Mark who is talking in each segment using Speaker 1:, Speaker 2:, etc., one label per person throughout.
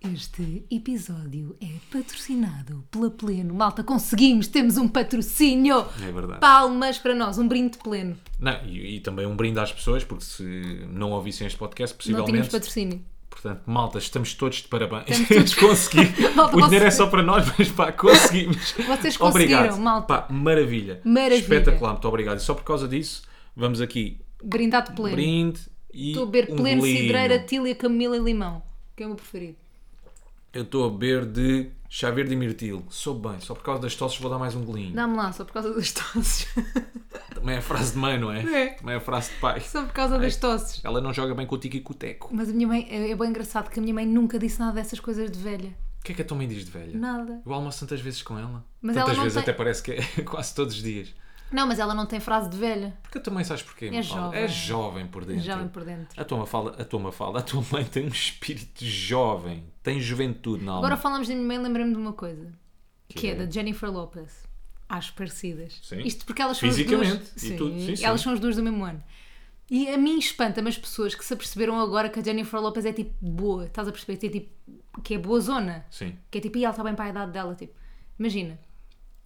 Speaker 1: Este episódio é patrocinado pela Pleno. Malta, conseguimos! Temos um patrocínio!
Speaker 2: É verdade.
Speaker 1: Palmas para nós, um brinde pleno.
Speaker 2: Não, e, e também um brinde às pessoas, porque se não ouvissem este podcast,
Speaker 1: Não tínhamos
Speaker 2: possivelmente.
Speaker 1: patrocínio.
Speaker 2: Portanto, malta, estamos todos de parabéns.
Speaker 1: Estamos todos-
Speaker 2: conseguimos.
Speaker 1: Malta,
Speaker 2: o dinheiro é
Speaker 1: vocês-
Speaker 2: só para nós, mas pá, conseguimos.
Speaker 1: Vocês conseguiram,
Speaker 2: obrigado.
Speaker 1: malta.
Speaker 2: Pá, maravilha.
Speaker 1: Maravilha.
Speaker 2: Espetacular, muito obrigado. E só por causa disso, vamos aqui.
Speaker 1: Brindado pleno.
Speaker 2: Brinde e.
Speaker 1: Estou a beber
Speaker 2: um
Speaker 1: pleno,
Speaker 2: bolinho.
Speaker 1: cidreira, tília, camila e limão. Que é o meu preferido.
Speaker 2: Eu estou a beber de chá verde e mirtilo. Sou bem, só por causa das tosses vou dar mais um golinho.
Speaker 1: Dá-me lá, só por causa das tosses.
Speaker 2: Também é frase de mãe, não é?
Speaker 1: É.
Speaker 2: Também é frase de pai.
Speaker 1: só por causa das tosses.
Speaker 2: Ela não joga bem com o tico e com o teco.
Speaker 1: Mas a minha mãe, é é bem engraçado que a minha mãe nunca disse nada dessas coisas de velha.
Speaker 2: O que é que a tua mãe diz de velha?
Speaker 1: Nada.
Speaker 2: Eu almoço tantas vezes com ela.
Speaker 1: Mas
Speaker 2: tantas
Speaker 1: ela não
Speaker 2: vezes
Speaker 1: tem-
Speaker 2: até parece que é quase todos os dias.
Speaker 1: Não, mas ela não tem frase de velha.
Speaker 2: Porque tu também sabes porquê, Mafalda?
Speaker 1: jovem.
Speaker 2: É jovem por dentro.
Speaker 1: Jovem por dentro.
Speaker 2: A tua Mafalda, a tua Mafalda, a tua mãe tem um espírito jovem, tem juventude na alma.
Speaker 1: Agora falamos da minha mãe, lembrei-me de uma coisa. Que,
Speaker 2: Que
Speaker 1: é
Speaker 2: é?
Speaker 1: da Jennifer Lopez. Acho parecidas.
Speaker 2: Sim.
Speaker 1: Isto porque elas são as
Speaker 2: Fisicamente,
Speaker 1: duas.
Speaker 2: e tudo, sim, sim.
Speaker 1: Elas são as duas do mesmo ano. E a mim espanta-me as pessoas que se aperceberam agora que a Jennifer Lopez é tipo boa. Estás a perceber? Que é tipo. Que é boa zona.
Speaker 2: Sim.
Speaker 1: Que é tipo, e ela está bem para a idade dela. Tipo, imagina.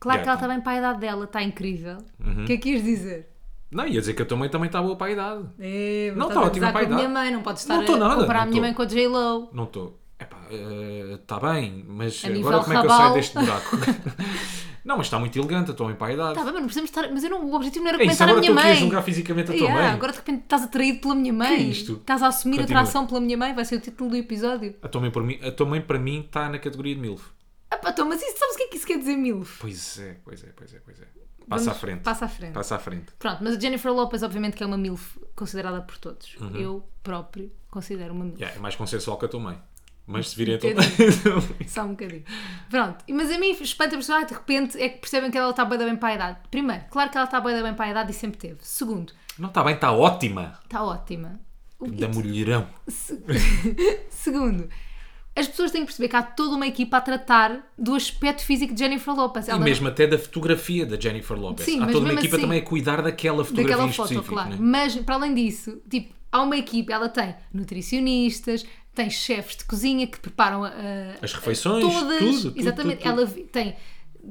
Speaker 1: Claro
Speaker 2: Já,
Speaker 1: que ela
Speaker 2: tá. Uhum.
Speaker 1: está bem para a idade dela, está incrível. O que é que ias dizer?
Speaker 2: Não, ia dizer que a tua mãe também está boa para a idade.
Speaker 1: É, mas
Speaker 2: Não,
Speaker 1: estás
Speaker 2: tá
Speaker 1: a
Speaker 2: ótima
Speaker 1: gozar
Speaker 2: para a
Speaker 1: com a minha
Speaker 2: idade.
Speaker 1: mãe, não podes estar
Speaker 2: Não tô
Speaker 1: a
Speaker 2: nada,
Speaker 1: comparar a
Speaker 2: não
Speaker 1: minha
Speaker 2: tô.
Speaker 1: mãe com a J-Lo.
Speaker 2: Não estou. Epá, eh, está bem, mas
Speaker 1: A nível
Speaker 2: agora como é que eu
Speaker 1: rabal.
Speaker 2: saio deste buraco? não, mas está muito elegante a tua mãe para a idade.
Speaker 1: Tá bem, mas não precisamos estar. Mas eu não, o objetivo não era
Speaker 2: é isso,
Speaker 1: comentar a
Speaker 2: agora
Speaker 1: minha
Speaker 2: tu querias
Speaker 1: mãe.
Speaker 2: julgar fisicamente a tua
Speaker 1: Yeah,
Speaker 2: mãe.
Speaker 1: Agora de repente estás atraído pela minha mãe.
Speaker 2: Que é isto?
Speaker 1: Estás a assumir
Speaker 2: Continua.
Speaker 1: atração pela minha mãe, vai ser o título do episódio.
Speaker 2: A, tua mãe, por mim, a tua mãe para mim está na categoria de MILF.
Speaker 1: Ah, pá, então, mas isso, sabes o que é que isso quer dizer, Milf?
Speaker 2: Pois é, pois é, pois é, pois é. Passa à
Speaker 1: Vamos-
Speaker 2: frente.
Speaker 1: Passa à frente.
Speaker 2: Passa à frente.
Speaker 1: Pronto, mas a Jennifer Lopez, obviamente, que é uma Milf considerada por todos. Eu próprio considero uma Milf.
Speaker 2: Uhum. Yeah, é mais consensual que a tua mãe. Mas se virem a tua
Speaker 1: Entendi.
Speaker 2: mãe.
Speaker 1: Só um bocadinho. Pronto, mas a mim espanta a pessoa, ah, de repente é que percebem que ela está bué da bem para a idade. Primeiro, claro que ela está bué da bem para a idade e sempre teve. Segundo,
Speaker 2: Não está bem, está ótima.
Speaker 1: está ótima. O-
Speaker 2: Da mulherão.
Speaker 1: Se- Segundo, as pessoas têm que perceber que há toda uma equipa a tratar do aspecto físico de Jennifer Lopez.
Speaker 2: E
Speaker 1: Ela
Speaker 2: mesmo até da fotografia da Jennifer Lopez.
Speaker 1: Sim,
Speaker 2: Há
Speaker 1: mas
Speaker 2: toda uma
Speaker 1: mesmo
Speaker 2: equipa
Speaker 1: assim-
Speaker 2: também a cuidar daquela fotografia
Speaker 1: daquela foto,
Speaker 2: específica.
Speaker 1: claro.
Speaker 2: né?
Speaker 1: Mas, para além disso, tipo, há uma equipa, ela tem nutricionistas, tem chefes de cozinha que preparam a, a-
Speaker 2: As refeições,
Speaker 1: todas.
Speaker 2: tudo, tudo,
Speaker 1: exatamente.
Speaker 2: tudo, tudo.
Speaker 1: Ela vi- tem,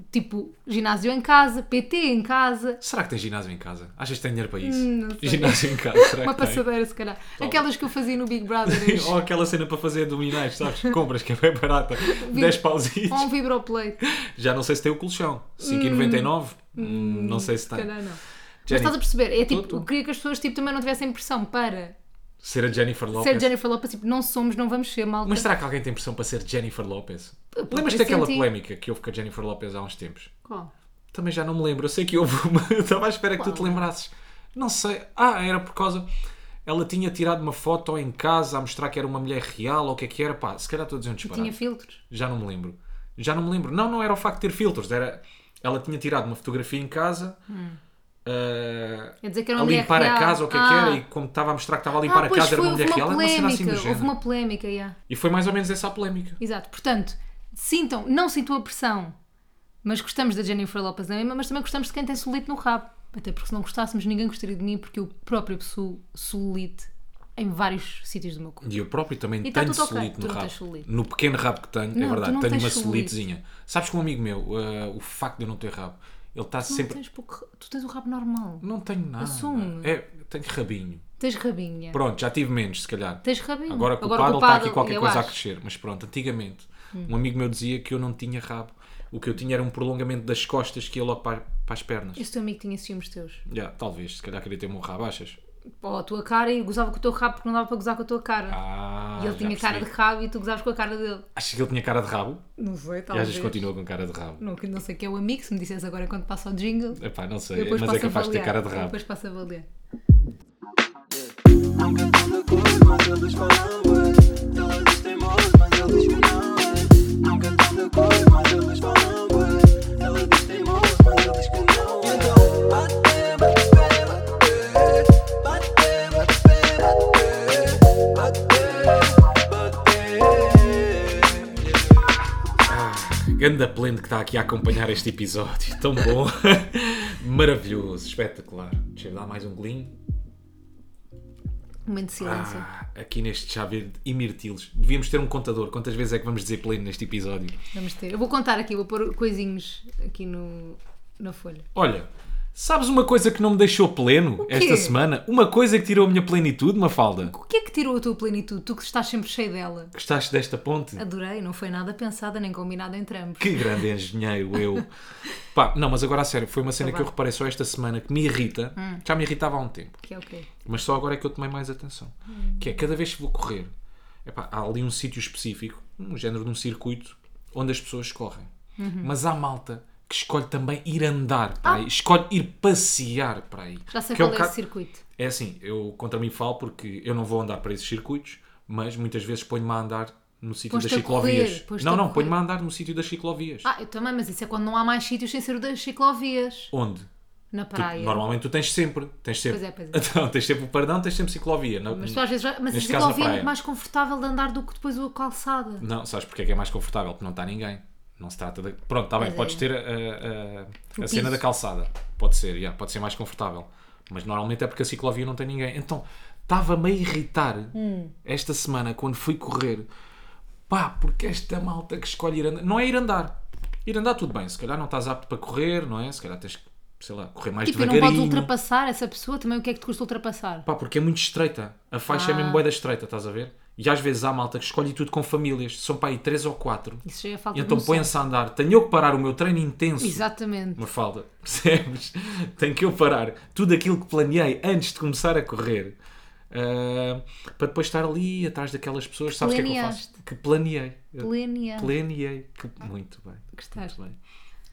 Speaker 1: tipo, ginásio em casa, PT em casa,
Speaker 2: Será que tem ginásio em casa? Achas que tem dinheiro para isso?
Speaker 1: Hum, não sei.
Speaker 2: Ginásio em casa, será
Speaker 1: uma
Speaker 2: que tem?
Speaker 1: passadeira, se calhar. Aquelas que eu fazia no Big Brother.
Speaker 2: Ou aquela cena para fazer abdominais, sabes? Compras, que é bem barata. 10 pausitos.
Speaker 1: Ou um vibroplate.
Speaker 2: Já não sei se tem o colchão. 5,99? Hum, não sei se
Speaker 1: Se
Speaker 2: tem.
Speaker 1: calhar não. Mas
Speaker 2: Jenny-
Speaker 1: estás a perceber? É tipo,
Speaker 2: Tô, tô.
Speaker 1: eu queria que as pessoas tipo, também não tivessem pressão para
Speaker 2: Ser a Jennifer Lopez.
Speaker 1: ser Jennifer Lopez, tipo, não somos, não vamos ser malta.
Speaker 2: Mas será que alguém tem pressão para ser Jennifer Lopez?
Speaker 1: porque
Speaker 2: Lembras-te
Speaker 1: eu
Speaker 2: daquela
Speaker 1: senti-
Speaker 2: polémica que houve com a Jennifer Lopez há uns tempos?
Speaker 1: Qual?
Speaker 2: Também já não me lembro. Eu sei que houve uma. Eu Estava à espera que tu te
Speaker 1: Qual?
Speaker 2: lembrasses. Não sei. Ah, era por causa. Ela tinha tirado uma foto em casa a mostrar que era uma mulher real ou o que é que era. Pá, se calhar estou a dizer um disparate.
Speaker 1: Tinha filtros.
Speaker 2: Já não me lembro. Já não me lembro. Não, não era o facto de ter filtros. Era. Ela tinha tirado uma fotografia em casa. ah,
Speaker 1: Quer dizer que Hum. era
Speaker 2: a
Speaker 1: uma mulher
Speaker 2: limpar
Speaker 1: real.
Speaker 2: a casa ou o que é que
Speaker 1: Ah.
Speaker 2: era. E como estava a mostrar que estava a limpar
Speaker 1: Ah,
Speaker 2: a
Speaker 1: pois
Speaker 2: casa,
Speaker 1: foi,
Speaker 2: era uma
Speaker 1: houve
Speaker 2: mulher
Speaker 1: uma
Speaker 2: real. É uma cena assim do
Speaker 1: polémica, houve
Speaker 2: género.
Speaker 1: uma polémica, yeah.
Speaker 2: E foi mais ou menos essa a polémica.
Speaker 1: exato. Portanto, sintam, não sintam a pressão, mas gostamos da Jennifer Lopez na mesma, mas também gostamos de quem tem solite no rabo. Até porque se não gostássemos, ninguém gostaria de mim, porque eu próprio possuo solite em vários sítios do meu corpo.
Speaker 2: E eu próprio também
Speaker 1: E tá
Speaker 2: tenho
Speaker 1: tudo ok.
Speaker 2: solite
Speaker 1: Tu
Speaker 2: no
Speaker 1: não
Speaker 2: rabo.
Speaker 1: tens solite.
Speaker 2: No pequeno rabo que tenho,
Speaker 1: Não,
Speaker 2: é
Speaker 1: tu
Speaker 2: verdade,
Speaker 1: não
Speaker 2: tenho
Speaker 1: tens
Speaker 2: uma
Speaker 1: solite.
Speaker 2: solitezinha. Sabes que um amigo meu, uh, o facto de eu não ter rabo, ele está
Speaker 1: Tu
Speaker 2: sempre.
Speaker 1: Tens pouco... Tu tens o rabo normal.
Speaker 2: Não tenho nada.
Speaker 1: Assume.
Speaker 2: É, tenho rabinho.
Speaker 1: Tens rabinha.
Speaker 2: Pronto, já tive menos, se calhar.
Speaker 1: Tens rabinho.
Speaker 2: Agora com o
Speaker 1: com
Speaker 2: paddle está aqui
Speaker 1: paddle,
Speaker 2: qualquer
Speaker 1: eu
Speaker 2: coisa a
Speaker 1: acho. Hum.
Speaker 2: crescer. Mas pronto, antigamente, um amigo meu dizia que eu não tinha rabo. O que eu tinha era um prolongamento das costas que ia logo para, para as pernas.
Speaker 1: Esse teu amigo tinha ciúmes teus.
Speaker 2: Já, talvez, se calhar queria ter um rabo, achas?
Speaker 1: Ou a tua cara e gozava com o teu rabo porque não dava para gozar com a tua cara.
Speaker 2: Ah,
Speaker 1: e ele
Speaker 2: já
Speaker 1: tinha cara de
Speaker 2: percebi.
Speaker 1: rabo e tu gozavas com a cara dele.
Speaker 2: Achas que ele tinha cara de rabo?
Speaker 1: Não sei,
Speaker 2: E às
Speaker 1: talvez.
Speaker 2: vezes continua com cara de rabo.
Speaker 1: Não, que- não sei que é o amigo, se me dissesse agora quando passa o jingle.
Speaker 2: Epá, não sei,
Speaker 1: eu depois
Speaker 2: É, mas
Speaker 1: posso
Speaker 2: é capaz de ter
Speaker 1: avaliar.
Speaker 2: cara de
Speaker 1: Eu
Speaker 2: rabo.
Speaker 1: Depois passo a avaliar.
Speaker 3: Não cantam da cor, mas eles falam bué. Ela diz teimoso, mas ele diz que não é. Não cantam da cor, mas eles falam bué. Ela diz teimoso, mas ele diz que não é. Então, bate, bate, bate, bate, bate, bate, bate, bate.
Speaker 2: Ganda Pleno que está aqui a acompanhar este episódio. Tão bom. Maravilhoso, espetacular. Deixa eu dar mais um golinho.
Speaker 1: Momento de silêncio.
Speaker 2: Ah, aqui neste chá verde e mirtilos. Devíamos ter um contador. Quantas vezes é que vamos dizer pleno neste episódio?
Speaker 1: Vamos ter. Eu vou contar aqui, vou pôr coisinhos aqui no, na folha.
Speaker 2: Olha, sabes uma coisa que não me deixou pleno
Speaker 1: quê?
Speaker 2: esta semana? Uma coisa que tirou a minha plenitude, Mafalda?
Speaker 1: O que é que tirou a tua plenitude? Tu que estás sempre cheio dela.
Speaker 2: Gostaste desta ponte?
Speaker 1: Adorei, não foi nada pensada nem combinada entre ambos.
Speaker 2: Que grande engenheiro eu. Pá, não, mas agora a sério, foi uma cena
Speaker 1: Tá
Speaker 2: que eu
Speaker 1: bem. Hum.
Speaker 2: reparei só esta semana que me irrita. Já me irritava há um tempo.
Speaker 1: Que é o quê?
Speaker 2: Mas só agora é que eu tomei mais atenção. Que é cada vez que vou correr, epá, há ali um sítio específico, um género de um circuito, onde as pessoas correm.
Speaker 1: Uhum.
Speaker 2: Mas há malta que escolhe também ir andar para aí, escolhe ir passear para aí.
Speaker 1: Ah. Já sei
Speaker 2: Que
Speaker 1: qual
Speaker 2: um
Speaker 1: é
Speaker 2: bocado-
Speaker 1: esse circuito.
Speaker 2: É assim, eu contra mim falo porque eu não vou andar para esses circuitos, mas muitas vezes ponho-me a andar no sítio
Speaker 1: Pões-te
Speaker 2: das
Speaker 1: a correr,
Speaker 2: ciclovias.
Speaker 1: pões-te
Speaker 2: não,
Speaker 1: a
Speaker 2: não,
Speaker 1: correr.
Speaker 2: ponho-me a andar no sítio das ciclovias.
Speaker 1: Ah, eu também, mas isso é quando não há mais sítios sem ser o das ciclovias.
Speaker 2: Onde?
Speaker 1: Na
Speaker 2: Tu-
Speaker 1: praia.
Speaker 2: normalmente tu tens sempre. Tens sempre
Speaker 1: Pois é, pois
Speaker 2: Não, tens sempre o pardão, tens sempre ciclovia. Não, Então,
Speaker 1: Mas tu às vezes já... Mas a
Speaker 2: Neste caso, na
Speaker 1: ciclovia é
Speaker 2: praia.
Speaker 1: muito mais confortável de andar do que depois a calçada.
Speaker 2: não, sabes porque é que é mais confortável? Porque não está ninguém. Não se trata de. Pronto, está bem,
Speaker 1: Pois é.
Speaker 2: podes ter a- a, a-
Speaker 1: O
Speaker 2: a cena
Speaker 1: piso.
Speaker 2: da calçada. Pode ser, yeah, pode ser mais confortável. Mas normalmente é porque a ciclovia não tem ninguém. Então, estava-me a irritar
Speaker 1: Hum.
Speaker 2: esta semana quando fui correr. Pá, porque esta malta que escolhe ir andar. Não é ir andar. Ir andar, tudo bem. Se calhar não estás apto para correr, não é? Se calhar tens que, sei lá, correr mais
Speaker 1: Tipo, e não
Speaker 2: devagarinho.
Speaker 1: podes ultrapassar essa pessoa também. O que é que te custa ultrapassar?
Speaker 2: Pá, porque é muito estreita. A faixa é
Speaker 1: Ah.
Speaker 2: mesmo boeda estreita, estás a ver? E às vezes há malta que escolhe tudo com famílias. São para aí 3 ou 4.
Speaker 1: Isso já é falta
Speaker 2: E então
Speaker 1: de noção.
Speaker 2: põe-se a andar. Tenho eu que parar o meu treino intenso.
Speaker 1: Exatamente.
Speaker 2: Uma falda. Percebes? Tenho que eu parar tudo aquilo que planeei antes de começar a correr. ah, para depois estar ali atrás daquelas pessoas. Sabes o que é que eu faço?
Speaker 1: Planeaste.
Speaker 2: Que planeei. Eu
Speaker 1: Plenia.
Speaker 2: Planeei. Que- Muito bem.
Speaker 1: Gostaste.
Speaker 2: Muito bem.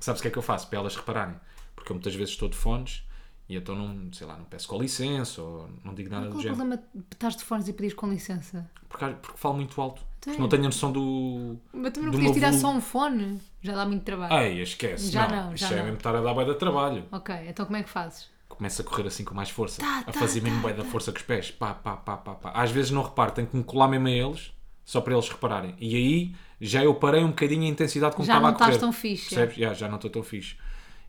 Speaker 2: Sabes o que é que eu faço para elas repararem? Porque eu muitas vezes estou de fones e então não, sei lá, não peço com licença ou não digo nada
Speaker 1: Qual é
Speaker 2: do
Speaker 1: o
Speaker 2: género.
Speaker 1: problema de estás de fones e pedires com licença?
Speaker 2: Porque, porque falo muito alto.
Speaker 1: Então é.
Speaker 2: Porque não tenho a noção do.
Speaker 1: Mas também não
Speaker 2: do
Speaker 1: podias
Speaker 2: meu
Speaker 1: tirar
Speaker 2: volume.
Speaker 1: só um fone? Já dá muito trabalho.
Speaker 2: Ei, esquece.
Speaker 1: Já
Speaker 2: não,
Speaker 1: não,
Speaker 2: Isto
Speaker 1: já
Speaker 2: é
Speaker 1: não.
Speaker 2: mesmo estar a dar bué de trabalho.
Speaker 1: Ok, então como é que fazes?
Speaker 2: Começo a correr assim com mais força.
Speaker 1: Tá,
Speaker 2: a
Speaker 1: tá,
Speaker 2: fazer mesmo
Speaker 1: tá,
Speaker 2: bué da força com os pés. Pá, pá, pá, pá, pá. Às vezes não reparo, tenho que me colar mesmo a eles, só para eles repararem. E aí já eu parei um bocadinho a intensidade com que
Speaker 1: Já
Speaker 2: estava
Speaker 1: não
Speaker 2: a correr.
Speaker 1: estás tão fixe, é.
Speaker 2: Percebes? Já, já não estou tão fixe.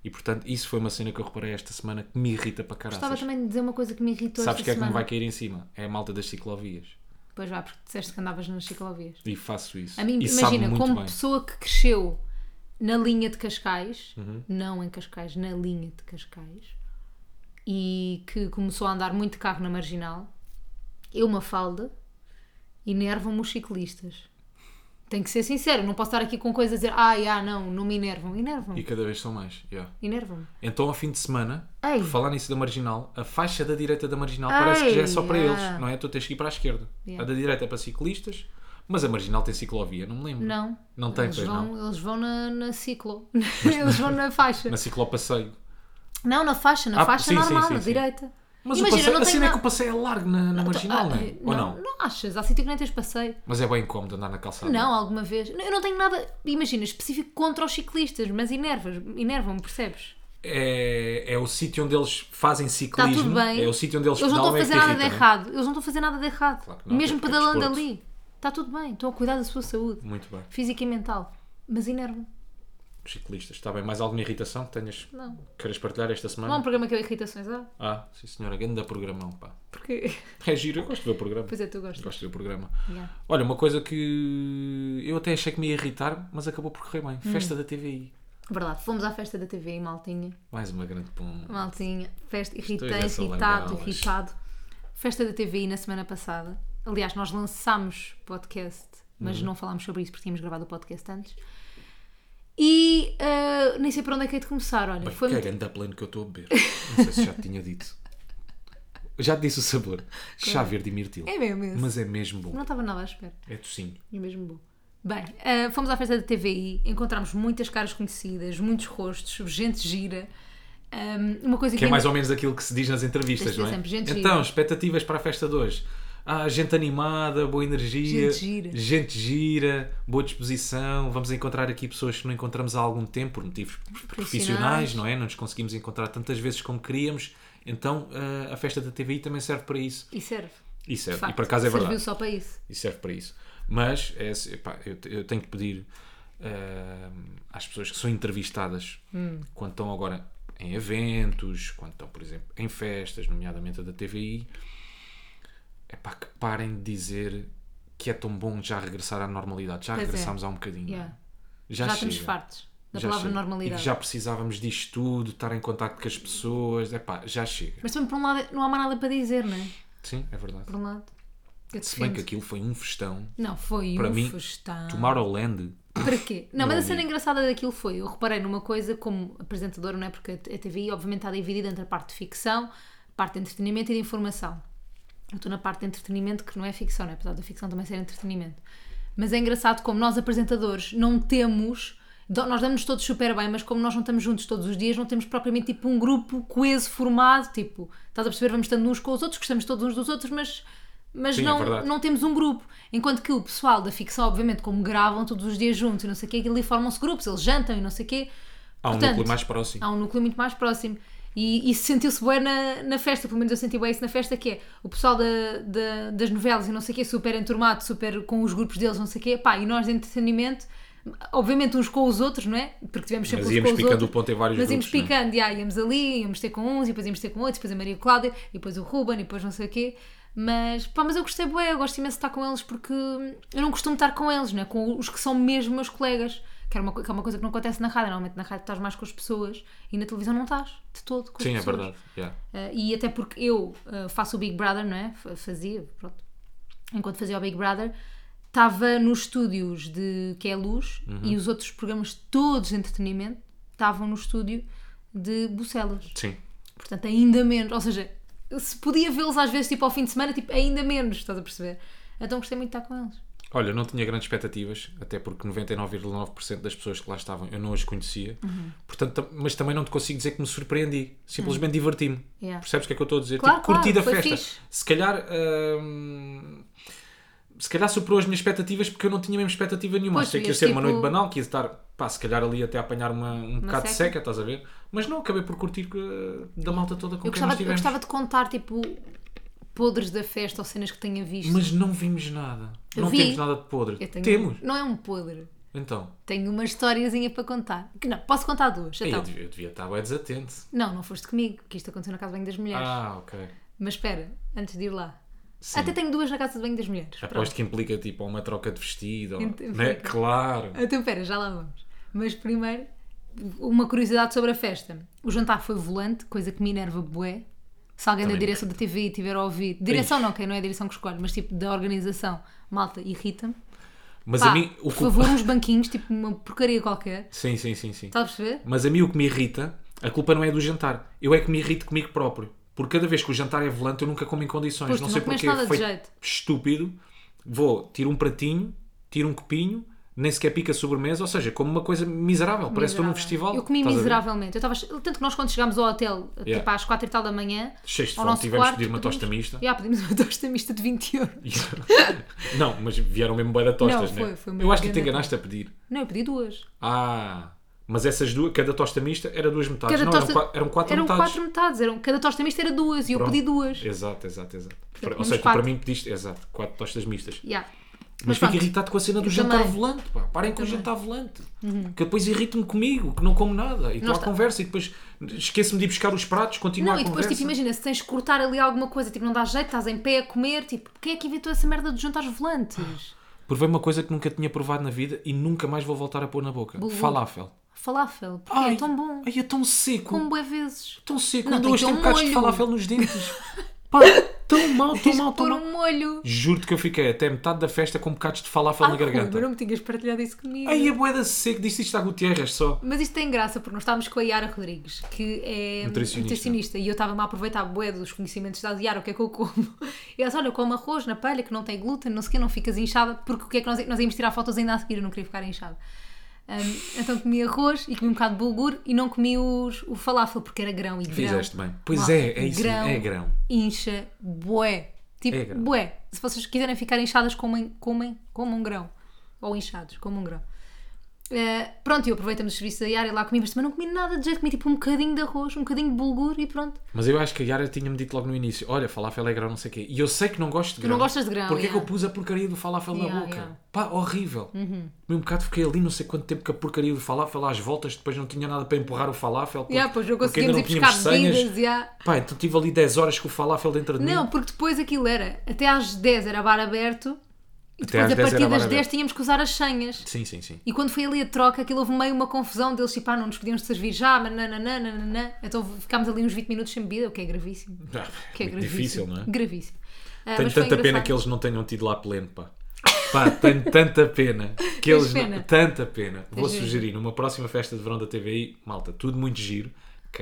Speaker 2: E portanto, isso foi uma cena que eu reparei esta semana que me irrita para caralho.
Speaker 1: Gostava também de dizer uma coisa que me irritou
Speaker 2: Sabes o
Speaker 1: esta
Speaker 2: que é que me
Speaker 1: semana.
Speaker 2: vai cair em cima? É a malta das ciclovias.
Speaker 1: Pois vá, porque disseste que andavas nas ciclovias.
Speaker 2: E faço isso.
Speaker 1: A mim,
Speaker 2: e sabe
Speaker 1: imagina,
Speaker 2: muito
Speaker 1: como
Speaker 2: bem.
Speaker 1: pessoa que cresceu na linha de Cascais,
Speaker 2: Uhum.
Speaker 1: não em Cascais, na linha de Cascais, e que começou a andar muito de carro na marginal, eu, uma falda, enervam-me os ciclistas. Tenho que ser sincero, não posso estar aqui com coisas a dizer, ai, ah, não, não me enervam.
Speaker 2: E
Speaker 1: Enervam-me,
Speaker 2: cada vez são mais. yeah.
Speaker 1: enervam-me.
Speaker 2: Então, ao fim de semana,
Speaker 1: Ei.
Speaker 2: por falar nisso da marginal, a faixa da direita da marginal parece que já é só para
Speaker 1: Ei, ah.
Speaker 2: eles, não é? Tu tens que ir para a esquerda.
Speaker 1: Yeah.
Speaker 2: A da direita é para ciclistas, mas a marginal tem ciclovia, não me lembro.
Speaker 1: Não.
Speaker 2: Não tem,
Speaker 1: eles
Speaker 2: pois
Speaker 1: vão,
Speaker 2: não.
Speaker 1: Eles vão na, na ciclo. eles vão na faixa.
Speaker 2: Na ciclopasseio.
Speaker 1: Não, na faixa, na
Speaker 2: Ah,
Speaker 1: faixa
Speaker 2: sim, sim,
Speaker 1: normal,
Speaker 2: sim,
Speaker 1: na
Speaker 2: sim.
Speaker 1: direita.
Speaker 2: Mas
Speaker 1: Imagina,
Speaker 2: o passeio,
Speaker 1: não
Speaker 2: a
Speaker 1: tem
Speaker 2: cena é
Speaker 1: nada-
Speaker 2: que o passeio é largo na, na marginal, não
Speaker 1: Ah,
Speaker 2: é? Ou não?
Speaker 1: Não achas? Há sítio que nem tens passeio.
Speaker 2: Mas é bem incómodo andar na calçada.
Speaker 1: Não, alguma vez. Não, Eu não tenho nada, imagina, específico contra os ciclistas, mas enervas, enervam-me, percebes?
Speaker 2: É, é o sítio onde eles fazem
Speaker 1: Está
Speaker 2: ciclismo.
Speaker 1: Tá tudo bem.
Speaker 2: É o sítio onde eles
Speaker 1: não estão
Speaker 2: pedalam,
Speaker 1: a
Speaker 2: é que
Speaker 1: fazer
Speaker 2: te
Speaker 1: nada de
Speaker 2: irrita, não é?
Speaker 1: errado. Eles não estão a fazer nada de errado.
Speaker 2: Claro que não,
Speaker 1: Mesmo
Speaker 2: até porque é
Speaker 1: pedalando
Speaker 2: desporto.
Speaker 1: ali. Está tudo bem. Estão a cuidar da sua saúde,
Speaker 2: Muito bem.
Speaker 1: física e mental. Mas enervam.
Speaker 2: Ciclistas. Está bem. Mais alguma irritação que tenhas?
Speaker 1: Não.
Speaker 2: Queres partilhar esta
Speaker 1: Não
Speaker 2: semana?
Speaker 1: há um programa que é irritações, ah?
Speaker 2: Ah, sim senhora. Ganda programão, pá.
Speaker 1: Porque.
Speaker 2: É giro. Eu gosto do programa.
Speaker 1: Pois é, tu gostas.
Speaker 2: Gosto do programa.
Speaker 1: Yeah.
Speaker 2: Olha, uma coisa que eu até achei que me ia irritar, mas acabou por correr bem.
Speaker 1: Hum.
Speaker 2: Festa da TVI.
Speaker 1: Verdade, fomos à festa da TV em Maltinha.
Speaker 2: Mais uma grande pum.
Speaker 1: Ah, Maltinha, festa, irritei,
Speaker 2: dessa
Speaker 1: irritado,
Speaker 2: laranjada.
Speaker 1: irritado. Festa da TVI na semana passada. Aliás, nós lançámos podcast, mas
Speaker 2: Uhum.
Speaker 1: não falámos sobre isso porque tínhamos gravado o podcast antes. E ah, nem sei por onde é que é de começar, olha.
Speaker 2: Bem,
Speaker 1: foi
Speaker 2: que
Speaker 1: muito-
Speaker 2: grande pleno que eu estou a beber. Não sei se já te tinha dito. Já te disse o sabor. Chá verde e mirtilo.
Speaker 1: É mesmo esse.
Speaker 2: Mas é mesmo bom.
Speaker 1: Não estava nada à espera.
Speaker 2: É tocinho.
Speaker 1: É mesmo bom. Bem, ah, fomos à festa da TVI, encontramos muitas caras conhecidas, muitos rostos, gente gira. Ah, uma coisa
Speaker 2: Que é
Speaker 1: me-
Speaker 2: mais ou menos aquilo que se diz nas entrevistas,
Speaker 1: Tens de
Speaker 2: não é?
Speaker 1: ser sempre gente
Speaker 2: então,
Speaker 1: gira.
Speaker 2: expectativas para a festa de hoje. Ah, gente animada, boa energia.
Speaker 1: Gente gira.
Speaker 2: Gente gira, boa disposição. Vamos encontrar aqui pessoas que não encontramos há algum tempo, por motivos profissionais, não é? Não nos conseguimos encontrar tantas vezes como queríamos. Então, ah, a festa da TVI também serve para isso.
Speaker 1: E serve.
Speaker 2: E serve.
Speaker 1: de facto.
Speaker 2: e por acaso é
Speaker 1: Serviu
Speaker 2: verdade.
Speaker 1: só para isso.
Speaker 2: E serve para isso. Mas, é, se- pá, eu, te- eu tenho que pedir ah, às pessoas que são entrevistadas
Speaker 1: Hum.
Speaker 2: quando estão agora em eventos, quando estão, por exemplo, em festas, nomeadamente a da TVI, é pá, que parem de dizer que é tão bom já regressar à normalidade. Já
Speaker 1: Pois é.
Speaker 2: regressámos há um bocadinho.
Speaker 1: Yeah.
Speaker 2: Já,
Speaker 1: Já,
Speaker 2: chega.
Speaker 1: estamos fartos da
Speaker 2: Já
Speaker 1: palavra
Speaker 2: chega. E
Speaker 1: normalidade.
Speaker 2: que já precisávamos disto tudo, estar em contato com as pessoas. É pá, já chega.
Speaker 1: Mas também, por um lado, não há mais nada para dizer, não é?
Speaker 2: Sim, é verdade.
Speaker 1: Por um lado. Eu
Speaker 2: Se bem que
Speaker 1: defendo.
Speaker 2: aquilo foi um festão.
Speaker 1: Não, foi
Speaker 2: Para
Speaker 1: um
Speaker 2: mim,
Speaker 1: festão.
Speaker 2: Tomorrowland.
Speaker 1: Para quê? Não,
Speaker 2: Não
Speaker 1: mas a
Speaker 2: ouvi.
Speaker 1: cena engraçada daquilo foi, eu reparei numa coisa como apresentadora, não é? Porque a TVI obviamente está dividida entre a parte de ficção, a parte de entretenimento e de informação. Eu estou na parte de entretenimento que não é ficção, não é? Apesar da ficção também ser entretenimento. Mas é engraçado como nós apresentadores não temos... do- Nós damos-nos todos super bem, mas como nós não estamos juntos todos os dias, não temos propriamente tipo um grupo coeso, formado, tipo... Estás a perceber? Vamos estando uns com os outros, gostamos todos uns dos outros, mas... Mas
Speaker 2: Sim, é
Speaker 1: não,
Speaker 2: verdade.
Speaker 1: não temos um grupo. Enquanto que o pessoal da ficção, obviamente, como gravam todos os dias juntos e não sei o quê, aquilo ali formam-se grupos, eles jantam e não sei o quê.
Speaker 2: Há um
Speaker 1: Portanto,
Speaker 2: núcleo mais próximo.
Speaker 1: Há um núcleo muito mais próximo. E isso sentiu-se bem na, na festa, pelo menos eu senti bem isso na festa, que é o pessoal da- da- das novelas e não sei o quê, super enturmado, super com os grupos deles, não sei o quê, pá, e nós de entretenimento, obviamente uns com os outros, não é? Porque tivemos sempre
Speaker 2: Mas
Speaker 1: uns
Speaker 2: íamos
Speaker 1: com os
Speaker 2: picando
Speaker 1: outros,
Speaker 2: o ponto em vários
Speaker 1: Mas íamos
Speaker 2: grupos, não é?
Speaker 1: picando, já, íamos ali, íamos ter com uns, e depois íamos ter com outros, depois a Maria Cláudia, e depois o Ruben, e depois não sei o quê. Mas, pá, mas eu gostei bué, eu gosto imenso de estar com eles porque eu não costumo estar com eles, não é? Com os que são mesmo meus colegas. Que, era uma, co- que é uma coisa que não acontece na rádio. Normalmente na rádio estás mais com as pessoas e na televisão não estás de todo com as
Speaker 2: Sim, é
Speaker 1: pessoas.
Speaker 2: verdade. yeah.
Speaker 1: Ah, e até porque eu ah, faço o Big Brother, não é? F- Fazia, pronto. Enquanto fazia o Big Brother, estava nos estúdios de Que é Luz
Speaker 2: Uhum.
Speaker 1: e os outros programas todos de entretenimento estavam no estúdio de Bucelas.
Speaker 2: Sim.
Speaker 1: Portanto, ainda menos. Ou seja, se podia vê-los às vezes tipo ao fim de semana, tipo, ainda menos, estás a perceber? Então gostei muito de estar com eles.
Speaker 2: Olha, não tinha grandes expectativas, até porque 99,9% das pessoas que lá estavam eu não as conhecia,
Speaker 1: Uhum.
Speaker 2: Portanto, tam- mas também não te consigo dizer que me surpreendi, simplesmente diverti-me.
Speaker 1: Hum. Yeah.
Speaker 2: Percebes o que é que eu estou a dizer?
Speaker 1: Claro,
Speaker 2: curti
Speaker 1: claro,
Speaker 2: da
Speaker 1: foi
Speaker 2: festa.
Speaker 1: fixe.
Speaker 2: Se calhar. hum, se calhar superou as minhas expectativas porque eu não tinha mesmo expectativa nenhuma.
Speaker 1: Pois,
Speaker 2: Achei
Speaker 1: tu
Speaker 2: que ia
Speaker 1: ias
Speaker 2: ser uma
Speaker 1: tipo-
Speaker 2: noite banal, que ia estar, pá, se calhar ali até a apanhar uma, um bocado de
Speaker 1: seca.
Speaker 2: seca, estás a ver? Mas não, acabei por curtir eh, da malta toda com
Speaker 1: Eu
Speaker 2: quem nós
Speaker 1: gostava, eu
Speaker 2: tivemos.
Speaker 1: gostava de contar, tipo, podres da festa ou cenas que tenha visto.
Speaker 2: Mas não vimos nada.
Speaker 1: Eu
Speaker 2: não
Speaker 1: vi.
Speaker 2: temos nada de podre.
Speaker 1: Eu tenho-
Speaker 2: Temos.
Speaker 1: Não é um podre.
Speaker 2: Então.
Speaker 1: Tenho uma historiazinha para contar. Que não, posso contar duas.
Speaker 2: Ei, Eu
Speaker 1: então.
Speaker 2: devia, eu devia estar bem desatento.
Speaker 1: Não, não foste comigo, que isto aconteceu na casa de banho das mulheres.
Speaker 2: Ah, ok.
Speaker 1: Mas espera, antes de ir lá.
Speaker 2: Sim.
Speaker 1: Até tenho duas na casa de banho das mulheres.
Speaker 2: Aposto que implica tipo uma troca de vestido. Ou...
Speaker 1: Ent-
Speaker 2: Né?
Speaker 1: implica.
Speaker 2: Claro.
Speaker 1: Então espera, já lá vamos. Mas primeiro, uma curiosidade sobre a festa. O jantar foi volante, coisa que me enerva bué. Se alguém da
Speaker 2: Também
Speaker 1: direção da TV tiver a ouvir... Direção não, que não é a direção que escolhe, mas tipo da organização. Malta, irrita-me.
Speaker 2: Mas
Speaker 1: Pá,
Speaker 2: a mim. O
Speaker 1: por
Speaker 2: que...
Speaker 1: favor, Tá. uns banquinhos, tipo uma porcaria qualquer.
Speaker 2: Sim, sim, sim, sim.
Speaker 1: Estás a perceber?
Speaker 2: Mas a mim o que me irrita, a culpa não é do jantar. Eu é que me irrito comigo próprio. Porque cada vez que o jantar é volante, eu nunca como em condições.
Speaker 1: Pois,
Speaker 2: não
Speaker 1: tu
Speaker 2: sei
Speaker 1: não comes
Speaker 2: porquê.
Speaker 1: nada de
Speaker 2: Foi
Speaker 1: jeito.
Speaker 2: estúpido. Vou, tiro um pratinho, tiro um copinho, nem sequer pica a sobremesa. Ou seja, como uma coisa miserável. Parece que estou num
Speaker 1: Miserável.
Speaker 2: festival.
Speaker 1: Eu comi
Speaker 2: estás a ver?
Speaker 1: miseravelmente. Eu estava tanto que nós quando chegámos ao hotel, tipo
Speaker 2: Yeah.
Speaker 1: às 4 e tal da manhã,
Speaker 2: Cheios de
Speaker 1: ao
Speaker 2: fome,
Speaker 1: nosso
Speaker 2: tivemos de
Speaker 1: quarto,
Speaker 2: pedir uma
Speaker 1: pedimos-
Speaker 2: tosta mista.
Speaker 1: Yeah, ah, pedimos uma tosta mista de 20 euros.
Speaker 2: não, mas vieram mesmo bué da tostas,
Speaker 1: Não,
Speaker 2: né?
Speaker 1: foi- foi uma
Speaker 2: Eu acho que te
Speaker 1: grande-
Speaker 2: enganaste a pedir.
Speaker 1: Não, eu pedi duas.
Speaker 2: Ah, mas essas duas, cada tosta mista era duas metades.
Speaker 1: Cada
Speaker 2: não,
Speaker 1: tosta-
Speaker 2: eram, qua- eram quatro
Speaker 1: eram
Speaker 2: metades.
Speaker 1: quatro metades, eram, cada tosta mista era duas e eu
Speaker 2: Pronto.
Speaker 1: pedi duas.
Speaker 2: Exato, exato, exato. Para- ou
Speaker 1: comemos
Speaker 2: seja, tu
Speaker 1: quatro.
Speaker 2: para mim pediste, exato, quatro tostas mistas.
Speaker 1: Yeah.
Speaker 2: Mas, fico irritado com a cena do jantar
Speaker 1: também. Uhum.
Speaker 2: volante, pá. Parem com o jantar volante. Que eu depois irrito-me comigo, que não como nada. E estou
Speaker 1: Nós
Speaker 2: à
Speaker 1: tá-
Speaker 2: conversa e depois esqueço-me de ir buscar os pratos, continuo
Speaker 1: Não,
Speaker 2: à
Speaker 1: e depois,
Speaker 2: conversa.
Speaker 1: tipo, imagina, se tens que cortar ali alguma coisa, tipo, não dá jeito, estás em pé a comer, tipo, quem é que inventou essa merda de juntar os volantes?
Speaker 2: Provei uma coisa que nunca tinha provado na vida e nunca mais vou voltar a pôr na boca.
Speaker 1: Bulgur.
Speaker 2: Falafel.
Speaker 1: Falafel, porque é tão bom,
Speaker 2: Ai, é tão seco.
Speaker 1: como bué vezes.
Speaker 2: Tão seco.
Speaker 1: Não,
Speaker 2: Ainda hoje
Speaker 1: tem
Speaker 2: tenho
Speaker 1: que ter um
Speaker 2: bocados de
Speaker 1: molho.
Speaker 2: falafel nos dentes. Pá, tão mal, tão mal, tão
Speaker 1: Pôr
Speaker 2: mal.
Speaker 1: um molho. Ah,
Speaker 2: Juro-te que eu fiquei até metade da festa com bocados de falafel tá na
Speaker 1: Rui, mas
Speaker 2: garganta.
Speaker 1: não me tinhas partilhado isso comigo.
Speaker 2: Ai, é a boeda seca, disse isto à Gutierrez só.
Speaker 1: Mas isto tem graça porque nós estávamos com a Yara Rodrigues, que é
Speaker 2: Nutricionista.
Speaker 1: nutricionista, e eu estava-me a aproveitar bué dos conhecimentos da Yara, o que é que eu como. E ela olha, eu como arroz na palha, que não tem glúten, não sei o quê, não ficas inchada, porque o que é que nós, nós íamos tirar fotos ainda a seguir, eu não queria ficar inchada. Hum, então comi arroz e comi um bocado de bulgur e não comi os, o falafel, porque era grão e grão.
Speaker 2: Fizeste bem. Pois
Speaker 1: Malta,
Speaker 2: é, é isso, é grão.
Speaker 1: Incha, bué. Tipo,
Speaker 2: É grão.
Speaker 1: bué. um Se vocês quiserem ficar inchadas, comem, comem, comam um grão. Ou inchados, comam grão. Eh, pronto, eu aproveitamos os serviços da Yara e lá comi, mas também não comi nada de jeito, comi tipo um bocadinho de arroz, um bocadinho de bulgur e pronto.
Speaker 2: Mas eu acho que a Yara tinha-me dito logo no início: olha, falafel é grão, não sei o quê. E eu sei que não gosto de
Speaker 1: Tu
Speaker 2: grão.
Speaker 1: não gostas de grão,
Speaker 2: Porquê que eu
Speaker 1: yeah.
Speaker 2: pus a porcaria do falafel
Speaker 1: Yeah,
Speaker 2: na boca?
Speaker 1: yeah. Uhum.
Speaker 2: Pá, horrível. Comi um bocado, fiquei ali não sei quanto tempo com a porcaria do falafel às voltas, depois não tinha nada para empurrar o falafel. Porque,
Speaker 1: Yeah, pois não
Speaker 2: porque ainda
Speaker 1: conseguimos ir
Speaker 2: não
Speaker 1: buscar
Speaker 2: tínhamos senhas.
Speaker 1: bebidas. Yeah.
Speaker 2: Pá, então estive ali 10 horas com o falafel dentro de
Speaker 1: Não,
Speaker 2: mim.
Speaker 1: porque depois aquilo era até às 10 era bar aberto e
Speaker 2: Até
Speaker 1: depois
Speaker 2: às
Speaker 1: a
Speaker 2: 10
Speaker 1: partir
Speaker 2: era bar
Speaker 1: das 10
Speaker 2: aberto.
Speaker 1: tínhamos que usar as senhas.
Speaker 2: Sim, sim, sim.
Speaker 1: E quando foi ali a troca, aquilo houve meio uma confusão deles, tipo, ah, não nos podíamos servir já, mas nananã, nananã. Então ficámos ali uns 20 minutos sem bebida, o que é gravíssimo.
Speaker 2: Ah,
Speaker 1: O que é gravíssimo.
Speaker 2: muito difícil, não é?
Speaker 1: Gravíssimo. Ah,
Speaker 2: Tenho
Speaker 1: mas foi
Speaker 2: tanta pena
Speaker 1: engraçado.
Speaker 2: que eles não tenham tido lá pleno, pá. Pá, tenho tanta pena que eles não-
Speaker 1: pena?
Speaker 2: tanta pena. Vou
Speaker 1: giro.
Speaker 2: sugerir numa próxima festa de verão da TVI, malta, tudo muito giro,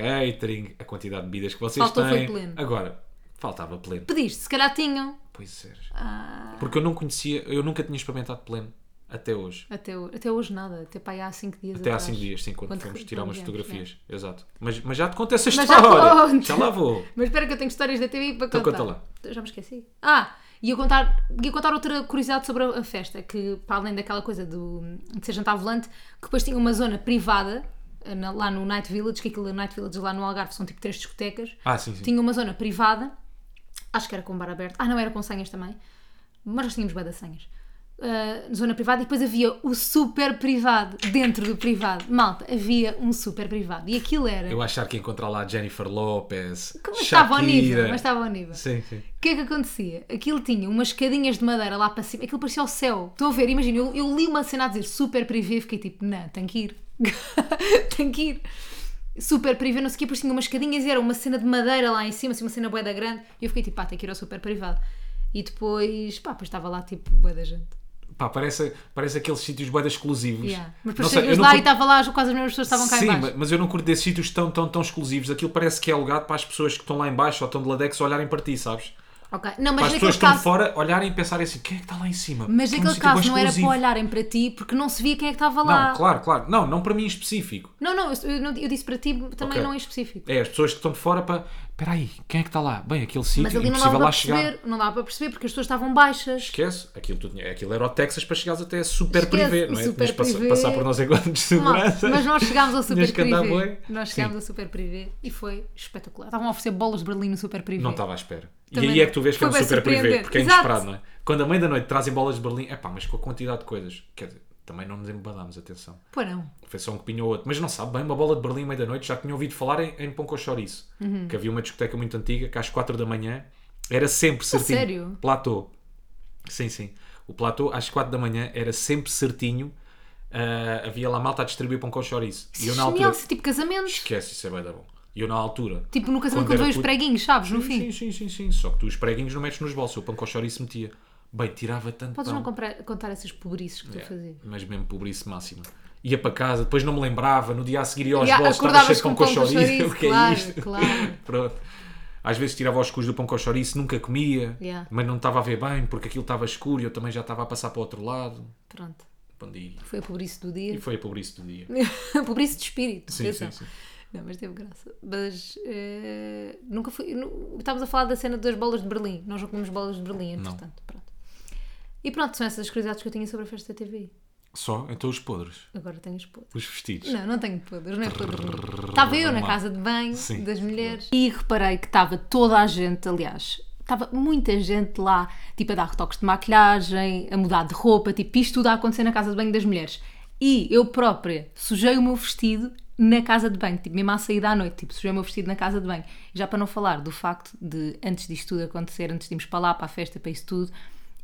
Speaker 2: catering, a quantidade de bebidas que vocês
Speaker 1: Faltou foi
Speaker 2: têm.
Speaker 1: pleno.
Speaker 2: Agora, faltava pleno.
Speaker 1: Pediste, se calhar tinham.
Speaker 2: Pois é.
Speaker 1: Ah.
Speaker 2: Porque eu não conhecia, eu nunca tinha experimentado pleno até hoje.
Speaker 1: Até, ho- até hoje nada, até para aí há 5 dias
Speaker 2: Até há
Speaker 1: atrás.
Speaker 2: 5 dias, sim, quando,
Speaker 1: Quando
Speaker 2: fomos
Speaker 1: fui-
Speaker 2: tirar
Speaker 1: quando
Speaker 2: umas
Speaker 1: viemos,
Speaker 2: fotografias. Exato. Mas, mas já te conto essa
Speaker 1: né? Mas já
Speaker 2: história.
Speaker 1: conto.
Speaker 2: Já, lá vou.
Speaker 1: é. Mas espera que eu tenho histórias da TV para
Speaker 2: Então
Speaker 1: contar.
Speaker 2: conta lá.
Speaker 1: Eu Já me esqueci. Ah, ia contar, ia contar outra curiosidade sobre a a festa, que para além daquela coisa do, de ser jantar volante, que depois tinha uma zona privada eh, na- lá no Night Village, que aquilo da Night Village lá no Algarve são tipo três discotecas.
Speaker 2: Ah, sim, sim.
Speaker 1: Tinha uma zona privada, acho que era com bar aberto. Ah, não, era com senhas também. Mas nós tínhamos bué de senhas. Ah, zona privada e depois havia o super privado dentro do privado. Malta, havia um super privado. E aquilo era.
Speaker 2: Eu achar que ia encontrar lá Jennifer Lopez.
Speaker 1: É. Como é estava ao nível,
Speaker 2: Shakira.
Speaker 1: mas estava ao nível.
Speaker 2: Sim, sim.
Speaker 1: O que é que acontecia? Aquilo tinha umas escadinhas de madeira lá para cima, aquilo parecia o céu. Estão a ver, imagina, eu, eu li uma cena a dizer super privê e fiquei tipo, não, tenho que ir. tenho que ir. Super privê, não sei o quê, depois tinha umas escadinhas e era uma cena de madeira lá em cima, assim, uma cena boeda grande. E eu fiquei tipo, pá, tenho que ir ao super privado. E depois, pá, depois estava lá tipo boeda gente.
Speaker 2: Pá, parece, parece aqueles sítios bem exclusivos.
Speaker 1: Yeah. Mas
Speaker 2: Não
Speaker 1: depois
Speaker 2: sei,
Speaker 1: chegas
Speaker 2: eu
Speaker 1: lá
Speaker 2: não
Speaker 1: e
Speaker 2: curto-
Speaker 1: estava lá quase as mesmas pessoas que estavam cá
Speaker 2: Sim,
Speaker 1: em baixo.
Speaker 2: mas- mas eu não curto desses sítios tão, tão, tão exclusivos. Aquilo parece que é alugado para as pessoas que estão lá em baixo ou estão de ladex olharem para ti, sabes?
Speaker 1: Ok. Não,
Speaker 2: Para
Speaker 1: mas
Speaker 2: as pessoas
Speaker 1: naquele
Speaker 2: que estão de
Speaker 1: caso,
Speaker 2: fora olharem e pensarem assim, quem é que está lá em cima?
Speaker 1: mas
Speaker 2: Está num
Speaker 1: naquele
Speaker 2: sítio bué
Speaker 1: caso não era para
Speaker 2: exclusivo.
Speaker 1: olharem para ti porque não se via quem é que estava lá.
Speaker 2: Não, claro, claro. Não, não para mim em específico.
Speaker 1: Não, não, eu, eu não- eu disse para ti também
Speaker 2: Ok.
Speaker 1: não em específico.
Speaker 2: É, as pessoas que estão de fora para. Espera aí, quem é que está lá? Bem, aquele
Speaker 1: Mas
Speaker 2: sítio,
Speaker 1: ali não
Speaker 2: impossível
Speaker 1: dava
Speaker 2: lá
Speaker 1: para
Speaker 2: chegar.
Speaker 1: perceber, não dava para perceber porque as pessoas estavam baixas.
Speaker 2: Esquece, aquilo, tu tinha- aquilo era o Texas para chegares até super
Speaker 1: Esquece,
Speaker 2: privê, não é?
Speaker 1: super
Speaker 2: Tinhas de passa-
Speaker 1: privê.
Speaker 2: passar por nós enquanto de
Speaker 1: Mal,
Speaker 2: segurança.
Speaker 1: mas é nós chegámos ao
Speaker 2: Tinhas
Speaker 1: super
Speaker 2: que andar
Speaker 1: privé.
Speaker 2: bué.
Speaker 1: Nós
Speaker 2: Sim.
Speaker 1: chegámos ao super privé e foi espetacular. Estavam a oferecer bolas de Berlim no super privé.
Speaker 2: Não estava à espera.
Speaker 1: Também
Speaker 2: e aí
Speaker 1: não.
Speaker 2: é que tu vês que
Speaker 1: Foi
Speaker 2: é um
Speaker 1: bem
Speaker 2: super privê,
Speaker 1: surpreendente.
Speaker 2: porque é
Speaker 1: Exato.
Speaker 2: inesperado, não é? Quando a meia da noite trazem bolas de Berlim, é pá, mas com a quantidade de coisas, quer dizer, também não nos embadámos, atenção.
Speaker 1: Pô, não.
Speaker 2: Foi só um copinho ou outro. Mas não sabe bem, uma bola de Berlim à meia da noite, já tinha ouvido falar em, em Poncochorizo,
Speaker 1: Uhum.
Speaker 2: que havia uma discoteca muito antiga, que às 4 da manhã era sempre certinho.
Speaker 1: sério?
Speaker 2: Platô. Sim, sim. O platô às 4 da manhã era sempre certinho. ah, havia lá malta a distribuir Poncochorizo. E
Speaker 1: Isso
Speaker 2: eu
Speaker 1: é
Speaker 2: na
Speaker 1: genial,
Speaker 2: altura.
Speaker 1: isso é tipo casamentos.
Speaker 2: Esquece, isso é bem da bom. E eu na altura.
Speaker 1: Tipo no casamento
Speaker 2: Quando
Speaker 1: quando
Speaker 2: era
Speaker 1: veio os
Speaker 2: puto-
Speaker 1: preguinhos, sabes, no fim.
Speaker 2: Sim, sim, sim, sim. Só que tu os preguinhos não metes nos bolsos. O pão com chouriço metia. Bem, tirava tanto
Speaker 1: Podes
Speaker 2: pão.
Speaker 1: não comprar- contar essas pobrices que tu
Speaker 2: É,
Speaker 1: fazias.
Speaker 2: Mas mesmo pobrice máxima. Ia para casa, depois não me lembrava. No dia a seguir ia aos
Speaker 1: E a-
Speaker 2: bolsos, estava
Speaker 1: acordavas
Speaker 2: cheio de pão
Speaker 1: com
Speaker 2: com
Speaker 1: pão com
Speaker 2: chouriço.
Speaker 1: chouriço,
Speaker 2: O que é
Speaker 1: claro,
Speaker 2: isto?
Speaker 1: claro.
Speaker 2: Pronto. Às vezes tirava os cus do pão com chouriço, nunca comia.
Speaker 1: Yeah.
Speaker 2: Mas não estava a ver bem, porque aquilo estava escuro e eu também já estava a passar para o outro lado.
Speaker 1: Pronto.
Speaker 2: Bom dia.
Speaker 1: Foi a pobrice do
Speaker 2: E
Speaker 1: dia.
Speaker 2: foi a pobrice do dia.
Speaker 1: pobrice de espírito.
Speaker 2: Sim,
Speaker 1: atenção.
Speaker 2: sim, sim.
Speaker 1: Não, mas teve graça. Mas eh, nunca fui. nu- Estávamos a falar da cena das bolas de Berlim. Nós não comemos bolas de Berlim, entretanto. Pronto. E pronto, são essas curiosidades que eu tinha sobre a festa da TV.
Speaker 2: Só então os podres,
Speaker 1: Agora tenho os podres.
Speaker 2: os vestidos.
Speaker 1: Não, não tenho podres, não é podre. nenhum. Estava eu na
Speaker 2: Vamos lá.
Speaker 1: casa de banho
Speaker 2: Sim,
Speaker 1: das mulheres e reparei que estava toda a gente, aliás, estava muita gente lá, tipo a dar retoques de maquilhagem, a mudar de roupa, tipo isto tudo a acontecer na casa de banho das mulheres. E eu própria sujei o meu vestido na casa de banho, tipo mesmo à saída à noite, tipo sujei o meu vestido na casa de banho. Já para não falar do facto de antes disto tudo acontecer, antes de irmos para lá, para a festa, para isso tudo,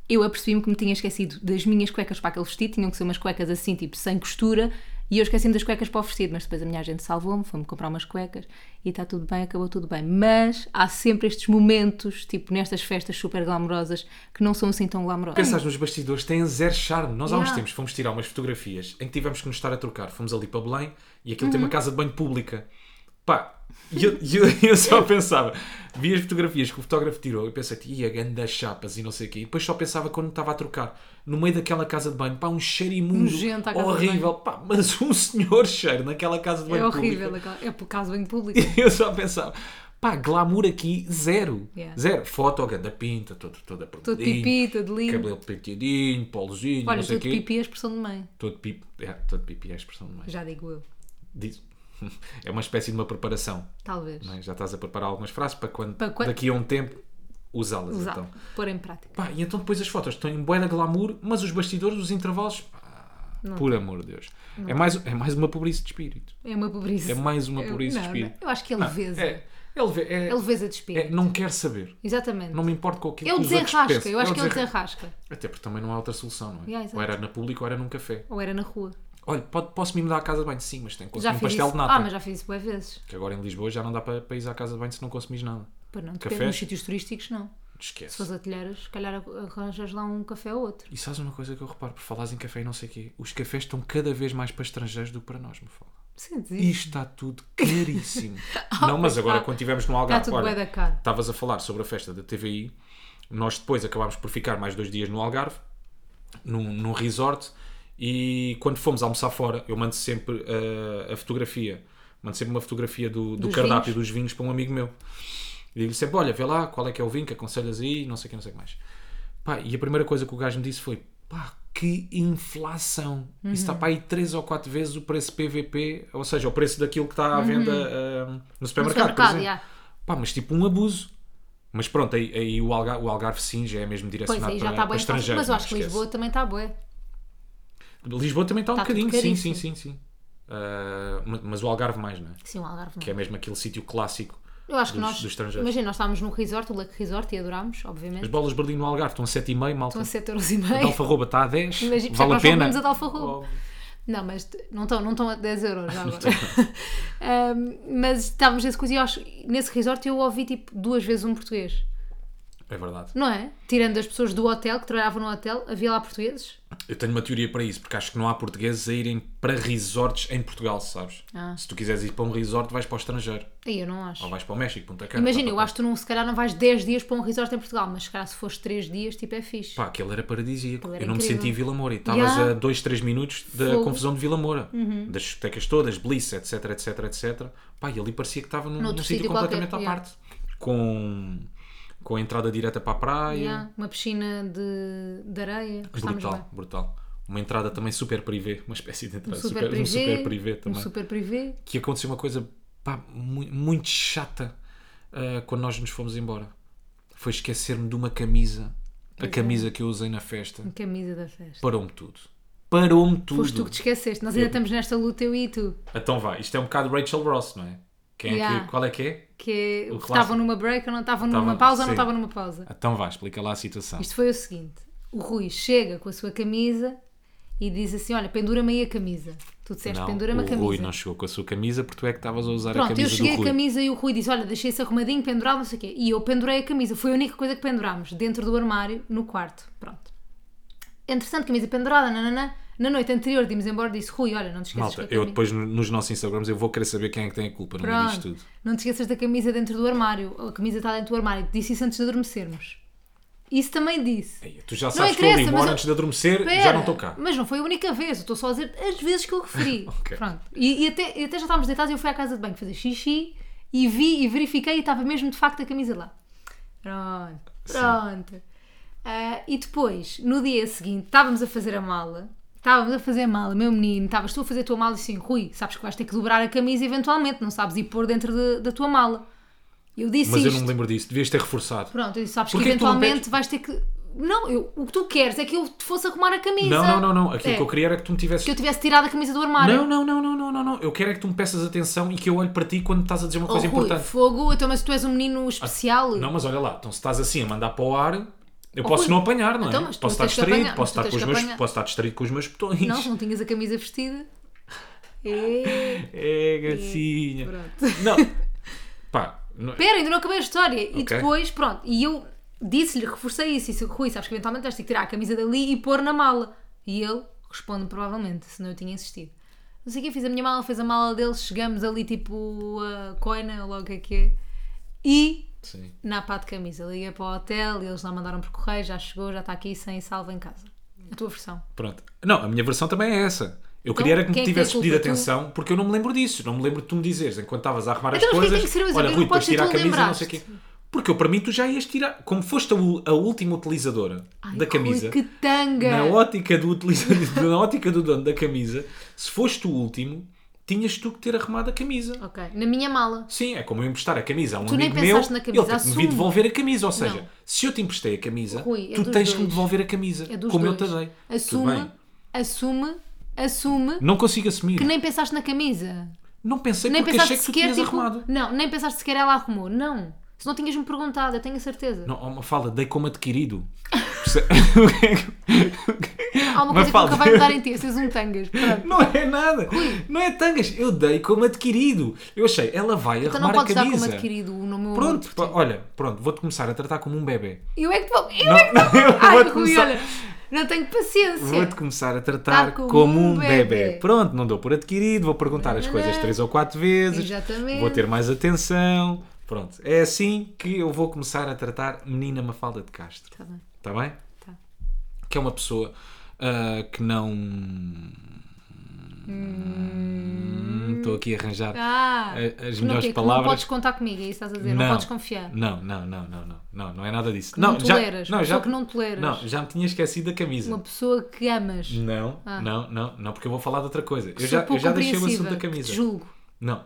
Speaker 1: eu apercebi-me que me tinha esquecido das minhas cuecas para aquele vestido, tinham que ser umas cuecas assim, tipo, sem costura, e eu esqueci-me das cuecas para o vestido, mas depois a minha gente salvou-me, foi-me comprar umas cuecas e está tudo bem, acabou tudo bem. Mas há sempre estes momentos, tipo, nestas festas super glamurosas, que não são assim tão glamurosas.
Speaker 2: Pensaste nos bastidores, têm zero charme. Nós há uns
Speaker 1: Yeah.
Speaker 2: tempos fomos tirar umas fotografias em que tivemos que nos estar a trocar. Fomos ali para Belém e aquilo
Speaker 1: Uhum.
Speaker 2: tem uma casa de banho pública. Pá, e eu, e eu- eu só pensava, vi as fotografias que o fotógrafo tirou e pensei, ia ganda chapas e não sei o quê. E depois só pensava quando estava a trocar, no meio daquela casa de banho, pá, um cheiro imundo,
Speaker 1: Nojento à casa de
Speaker 2: horrível, pá, mas um senhor cheiro naquela casa de
Speaker 1: É
Speaker 2: banho pública.
Speaker 1: horrível, aquela- é por causa bem público.
Speaker 2: Eu só pensava, Pá, glamour aqui, zero.
Speaker 1: Yeah.
Speaker 2: Zero. Foto, ganda pinta, toda, toda
Speaker 1: Todo
Speaker 2: arrumadinho,
Speaker 1: pipi, todo lindo.
Speaker 2: Cabelo penteadinho, polozinho,
Speaker 1: Olha,
Speaker 2: não sei
Speaker 1: todo
Speaker 2: o quê.
Speaker 1: pipi é a expressão de mãe.
Speaker 2: Todo pipi. É, todo pipi é a expressão de mãe.
Speaker 1: Já digo eu.
Speaker 2: Diz- É uma espécie de uma preparação.
Speaker 1: Talvez.
Speaker 2: não é? Já estás a preparar algumas frases para quando,
Speaker 1: Para quando-
Speaker 2: daqui a um tempo usá-las.
Speaker 1: Usar.
Speaker 2: Então.
Speaker 1: Pôr em prática.
Speaker 2: Pá, e então depois as fotos estão em bué de glamour, mas os bastidores, os intervalos, pá, por amor de Deus. É mais, é mais uma pobreza de espírito.
Speaker 1: É uma pobreza.
Speaker 2: É mais uma
Speaker 1: Eu-
Speaker 2: pobreza de
Speaker 1: não,
Speaker 2: espírito.
Speaker 1: não. Eu acho que é leveza.
Speaker 2: É, é, leve- é-
Speaker 1: É leveza de espírito.
Speaker 2: é, não quero saber.
Speaker 1: Exatamente.
Speaker 2: Não me importo com aquilo
Speaker 1: Ele
Speaker 2: que os outros
Speaker 1: É desenrasca.
Speaker 2: pensam.
Speaker 1: Eu acho que ele
Speaker 2: desenra-
Speaker 1: desenrasca.
Speaker 2: Até porque também não há outra solução, não é?
Speaker 1: Yeah, exato.
Speaker 2: ou era na pública ou era num café.
Speaker 1: Ou era na rua.
Speaker 2: Olha, pode- posso-me mudar à casa de banho? Sim, mas tem que
Speaker 1: Já
Speaker 2: consumir um
Speaker 1: fiz
Speaker 2: pastel
Speaker 1: isso.
Speaker 2: de nata.
Speaker 1: Ah, mas já fiz isso boas vezes.
Speaker 2: Que agora em Lisboa já não dá para, para ir à casa de banho se não consumires nada.
Speaker 1: Pois não,
Speaker 2: Cafés?
Speaker 1: depende dos sítios turísticos, não. Se
Speaker 2: Esquece.
Speaker 1: fores a telheiras, se calhar arranjas lá um café ou outro.
Speaker 2: E sabes uma coisa que eu reparo, por falares em café e não sei o quê, os cafés estão cada vez mais para estrangeiros do que para nós, me fala.
Speaker 1: Sim,
Speaker 2: E
Speaker 1: diz.
Speaker 2: está tudo caríssimo. não, mas
Speaker 1: pois
Speaker 2: agora
Speaker 1: está.
Speaker 2: quando estivemos no
Speaker 1: Está
Speaker 2: Algarve,
Speaker 1: tudo bué
Speaker 2: olha,
Speaker 1: da cara.
Speaker 2: estavas a falar sobre a festa da TVI, nós depois acabámos por ficar mais dois dias no Algarve, num, num resort, e quando fomos almoçar fora, eu mando sempre uh, a fotografia, mando sempre uma fotografia do, do
Speaker 1: Dos
Speaker 2: cardápio dos vinhos para um amigo meu. E digo-lhe sempre, olha, vê lá qual é que é o vinho que aconselhas aí, não sei o que, não sei o que mais. Pá, e a primeira coisa que o gajo me disse foi, pá, que inflação. Isso está para aí 3 ou 4 vezes o preço PVP, ou seja, o preço daquilo que está à venda ah, no supermercado, por
Speaker 1: Uhum. supermercado,
Speaker 2: exemplo.
Speaker 1: já.
Speaker 2: Pá, mas tipo um abuso. Mas pronto, aí, aí o, Algarve, o Algarve sim já é mesmo
Speaker 1: Pois
Speaker 2: direcionado
Speaker 1: aí já
Speaker 2: para,
Speaker 1: está
Speaker 2: para
Speaker 1: bem fácil.
Speaker 2: estrangeiros.
Speaker 1: Mas eu
Speaker 2: não,
Speaker 1: acho que
Speaker 2: esquece.
Speaker 1: Lisboa também tá está boa.
Speaker 2: Lisboa também está um
Speaker 1: Está tudo
Speaker 2: bocadinho, sim, sim,
Speaker 1: caríssimo.
Speaker 2: sim, sim. Ah, ma- mas o Algarve mais, não é?
Speaker 1: Sim, o Algarve não.
Speaker 2: Que é mesmo aquele sítio clássico
Speaker 1: Eu acho que
Speaker 2: dos,
Speaker 1: nós.
Speaker 2: dos estrangeiros.
Speaker 1: Imagina, nós estávamos num resort, o Lake Resort, e adorámos,
Speaker 2: As
Speaker 1: obviamente.
Speaker 2: bolas de Berlim no Algarve estão a 7,5, malta.
Speaker 1: Estão a
Speaker 2: A
Speaker 1: 7,5€.
Speaker 2: de Alfarroba está a 10,
Speaker 1: Imagina, por isso é que
Speaker 2: vale a
Speaker 1: nós não
Speaker 2: pena.
Speaker 1: comemos a de Alfarroba.
Speaker 2: Oh,
Speaker 1: Não, mas t- não estão, não estão a 10 euros já agora. Um, mas estávamos nesse coisa e eu acho, nesse resort eu ouvi tipo duas vezes um português,
Speaker 2: É verdade.
Speaker 1: não é? Tirando as pessoas do hotel, que trabalhavam no hotel, havia lá portugueses?
Speaker 2: Eu tenho uma teoria para isso, porque acho que não há portugueses a irem para resorts em Portugal, sabes?
Speaker 1: Ah.
Speaker 2: Se tu quiseres ir para um resort, vais para o estrangeiro.
Speaker 1: Aí eu não acho.
Speaker 2: Ou vais para o México, Punta Cana. tá,
Speaker 1: Imagina,
Speaker 2: pá,
Speaker 1: eu
Speaker 2: pá,
Speaker 1: acho que tu não, se calhar não vais 10 dias para um resort em Portugal, mas se calhar se fores 3 dias, tipo é fixe.
Speaker 2: Pá, aquele era paradisíaco.
Speaker 1: Aquilo era
Speaker 2: eu não me
Speaker 1: incrível.
Speaker 2: senti em Vila Moura. E estavas
Speaker 1: Yeah.
Speaker 2: a 2, 3 minutos da
Speaker 1: Fogo. Uhum.
Speaker 2: confusão de Vila Moura. Das discotecas todas, Bliss, etc, etc, etc. Pá, e ali parecia que estava num,
Speaker 1: Noutro
Speaker 2: num sítio
Speaker 1: sítio qualquer,
Speaker 2: completamente à
Speaker 1: yeah.
Speaker 2: parte. Com, com a entrada direta para a praia.
Speaker 1: Yeah, Uma piscina de, de areia, estamos
Speaker 2: Brutal,
Speaker 1: bem.
Speaker 2: brutal. Uma entrada também super privê. Uma espécie de entrada
Speaker 1: Um super,
Speaker 2: super, um
Speaker 1: privé,
Speaker 2: super privê também.
Speaker 1: Um super privé.
Speaker 2: que aconteceu uma coisa pá, mu- muito chata ah, quando nós nos fomos embora. Foi esquecer-me de uma camisa, a camisa que eu usei na festa.
Speaker 1: Uma camisa da festa.
Speaker 2: Parou-me tudo. Parou-me tudo.
Speaker 1: Foste tu que te esqueceste, nós ainda estamos nesta luta, eu e tu.
Speaker 2: Então vá, isto é um bocado Rachel Ross, não é? Quem é
Speaker 1: Yeah.
Speaker 2: que, qual é que é?
Speaker 1: que é,
Speaker 2: O clássico.
Speaker 1: estavam numa break ou não estavam numa
Speaker 2: Estavam-
Speaker 1: pausa ou não
Speaker 2: sim.
Speaker 1: estavam numa pausa.
Speaker 2: Então vá, explica lá a situação.
Speaker 1: Isto foi o seguinte: o Rui chega com a sua camisa e diz assim: Olha, pendura-me aí a camisa. Tu disseste,
Speaker 2: não,
Speaker 1: pendura-me a
Speaker 2: o Rui
Speaker 1: camisa.
Speaker 2: não chegou com a sua camisa porque tu é que estavas a usar a
Speaker 1: Pronto, eu
Speaker 2: camisa do
Speaker 1: cheguei a
Speaker 2: Rui.
Speaker 1: camisa e o Rui disse: Olha, deixei-se arrumadinho, pendurado, não sei o quê. E eu pendurei a camisa. Foi a única coisa que pendurámos, dentro do armário, no quarto. Pronto. Entretanto, camisa pendurada, nananã. Na noite anterior, dimos embora disse: Rui, olha, não te esqueças
Speaker 2: Malta,
Speaker 1: que a
Speaker 2: eu
Speaker 1: camisa-
Speaker 2: depois no- nos nossos Instagrams eu vou querer saber quem é que tem a culpa no meio disto
Speaker 1: Pronto.
Speaker 2: tudo.
Speaker 1: Não te esqueças da camisa dentro do armário. A camisa está dentro do armário. Disse isso antes de adormecermos. Isso também disse.
Speaker 2: Ei, Tu já sabes que eu
Speaker 1: interessa,
Speaker 2: li
Speaker 1: é
Speaker 2: embora
Speaker 1: mas eu-
Speaker 2: antes de adormecer, já
Speaker 1: Pera,
Speaker 2: não estou cá.
Speaker 1: Mas não foi a única vez. Eu estou só a dizer as vezes que eu referi.
Speaker 2: Ok.
Speaker 1: Pronto. E, e até, e até já estávamos deitados e eu fui à casa de banho fazer xixi e vi e verifiquei e estava mesmo de facto a camisa lá. Pronto. Pronto. Ah, e depois, no dia seguinte, estávamos a fazer a mala. Estávamos a fazer a mala, meu menino, estavas tu a fazer a tua mala e assim, Rui, sabes que vais ter que dobrar a camisa eventualmente, não sabes ir pôr dentro de- da tua mala. Eu disse
Speaker 2: Mas eu
Speaker 1: isto.
Speaker 2: não me lembro disso, devias ter reforçado.
Speaker 1: Pronto, eu disse, sabes
Speaker 2: Porquê
Speaker 1: que
Speaker 2: que tu não
Speaker 1: eventualmente
Speaker 2: pedes?
Speaker 1: vais ter que. Não, eu, o que tu queres é que eu te fosse arrumar a camisa.
Speaker 2: Não, não, não, não. Aquilo
Speaker 1: É,
Speaker 2: que eu queria era que tu me tivesses.
Speaker 1: que eu tivesse tirado a camisa do armário.
Speaker 2: Não, não, não, não, não, não, não. Eu quero é que tu me peças atenção e que eu olhe para ti quando estás a dizer uma
Speaker 1: Oh,
Speaker 2: coisa
Speaker 1: Rui,
Speaker 2: importante.
Speaker 1: fogo, então, mas tu és um menino especial.
Speaker 2: Não, mas olha lá, então se estás assim a mandar para o ar, eu
Speaker 1: Oh,
Speaker 2: posso
Speaker 1: Rui.
Speaker 2: não apanhar, não é?
Speaker 1: Então, mas tu
Speaker 2: posso estar
Speaker 1: tens que apanhar,
Speaker 2: distraído,
Speaker 1: mas tu
Speaker 2: posso, estar com
Speaker 1: tens
Speaker 2: os
Speaker 1: que
Speaker 2: meus,
Speaker 1: apanhar.
Speaker 2: posso estar distraído com os meus botões.
Speaker 1: não, se não tinhas a camisa vestida. É.
Speaker 2: É, gatinha.
Speaker 1: Pronto.
Speaker 2: Não. Pá, não- é
Speaker 1: Pera, ainda não acabei a história. E
Speaker 2: Ok.
Speaker 1: depois, pronto, e eu disse-lhe, reforcei isso, isso, Rui, sabes que eventualmente vais ter que tirar a camisa dali e pôr na mala. E ele responde provavelmente, senão eu tinha insistido. Não sei quem fiz a minha mala, fez a mala dele, chegamos ali tipo a coina, ou logo o que é que é. E
Speaker 2: Sim.
Speaker 1: na pá de camisa, liguei para o hotel e eles lá mandaram por correio, já chegou, já está aqui sem salvo em casa. A tua versão.
Speaker 2: Pronto. Não, a minha versão também é essa. Eu queria era que
Speaker 1: quem
Speaker 2: me
Speaker 1: é que
Speaker 2: tivesses
Speaker 1: tem a
Speaker 2: pedido
Speaker 1: culpa? Tu?
Speaker 2: atenção, porque eu não me lembro disso. Não me lembro de tu me dizeres, enquanto estavas a arrumar
Speaker 1: Então, mas
Speaker 2: as
Speaker 1: porquê
Speaker 2: coisas.
Speaker 1: tem que ser eu a dizer?
Speaker 2: olha,
Speaker 1: Não
Speaker 2: Rui,
Speaker 1: pode
Speaker 2: depois
Speaker 1: ser
Speaker 2: tira a
Speaker 1: tu
Speaker 2: camisa, não sei o quê.
Speaker 1: lembraste.
Speaker 2: Porque eu, para mim, tu já ias tirar. Como foste a, u- a última utilizadora
Speaker 1: Ai,
Speaker 2: da
Speaker 1: Rui,
Speaker 2: camisa,
Speaker 1: que tanga!
Speaker 2: na ótica, do utilizador, na ótica do dono da camisa, se foste o último, tinhas tu que ter arrumado a camisa.
Speaker 1: Ok, na minha mala.
Speaker 2: Sim, é como eu emprestar a camisa a um
Speaker 1: Tu nem
Speaker 2: amigo meu,
Speaker 1: pensaste na camisa,
Speaker 2: ele tem que me
Speaker 1: assume.
Speaker 2: vir devolver a camisa. Ou seja,
Speaker 1: Não.
Speaker 2: se eu te emprestei a camisa,
Speaker 1: Rui, é
Speaker 2: tu
Speaker 1: dos
Speaker 2: tens que
Speaker 1: dois.
Speaker 2: me devolver a camisa,
Speaker 1: É dos
Speaker 2: como eu
Speaker 1: dois.
Speaker 2: te dei. Tudo
Speaker 1: Assume,
Speaker 2: bem.
Speaker 1: assume, assume
Speaker 2: Não consigo assumir.
Speaker 1: que nem pensaste na camisa.
Speaker 2: Não pensei
Speaker 1: Nem
Speaker 2: É porque
Speaker 1: pensaste
Speaker 2: achei que tu
Speaker 1: sequer.
Speaker 2: tinhas
Speaker 1: Tipo,
Speaker 2: arrumado.
Speaker 1: não, nem pensaste sequer ela arrumou. Não. Se não tinhas-me perguntado, eu tenho a certeza.
Speaker 2: Não, uma fala, dei como adquirido. Perce- O que é que- o que-
Speaker 1: Há uma coisa
Speaker 2: Mafalda.
Speaker 1: que nunca vai mudar em ti, és um tangas. Pronto.
Speaker 2: Não é nada. Não é tangas. Eu dei como adquirido. Eu achei, ela vai
Speaker 1: Então não
Speaker 2: arrumar a
Speaker 1: podes dar
Speaker 2: camisa.
Speaker 1: como adquirido o nome o
Speaker 2: Pronto,
Speaker 1: amor por
Speaker 2: pá,
Speaker 1: ti.
Speaker 2: olha, pronto, vou-te começar a tratar como um bebê.
Speaker 1: Eu é que te vou. Eu
Speaker 2: Não,
Speaker 1: é que te vou.
Speaker 2: eu vou-te
Speaker 1: Ai, Rui,
Speaker 2: começar-
Speaker 1: olha, não tenho
Speaker 2: Vou-te
Speaker 1: paciência.
Speaker 2: começar a tratar
Speaker 1: Tratar como
Speaker 2: como,
Speaker 1: um
Speaker 2: um
Speaker 1: bebê.
Speaker 2: bebê. Pronto, não dou por adquirido, vou perguntar as
Speaker 1: Nananã.
Speaker 2: coisas três ou quatro vezes.
Speaker 1: Exatamente.
Speaker 2: Vou ter mais atenção. Pronto, é assim que eu vou começar a tratar menina Mafalda de Castro.
Speaker 1: Tá bem,
Speaker 2: Está bem?
Speaker 1: tá.
Speaker 2: Que é uma pessoa ah, que não. Hum, Estou aqui a arranjar
Speaker 1: Ah,
Speaker 2: a- É, as
Speaker 1: que não-
Speaker 2: melhores
Speaker 1: que Não podes
Speaker 2: palavras.
Speaker 1: contar comigo, é isso que estás a dizer. Não, podes confiar.
Speaker 2: Não, não, não, não, não, não, não é nada disso.
Speaker 1: não
Speaker 2: já,
Speaker 1: toleras, uma pessoa que não toleras.
Speaker 2: Não, já me tinha esquecido da camisa.
Speaker 1: Uma pessoa que amas.
Speaker 2: Não, não, não, não, porque eu vou falar de outra coisa.
Speaker 1: que
Speaker 2: Eu
Speaker 1: sou
Speaker 2: já, eu
Speaker 1: pouco
Speaker 2: já deixei o assunto
Speaker 1: Ah. compreensiva, que
Speaker 2: da
Speaker 1: te
Speaker 2: camisa.
Speaker 1: Julgo.
Speaker 2: Não.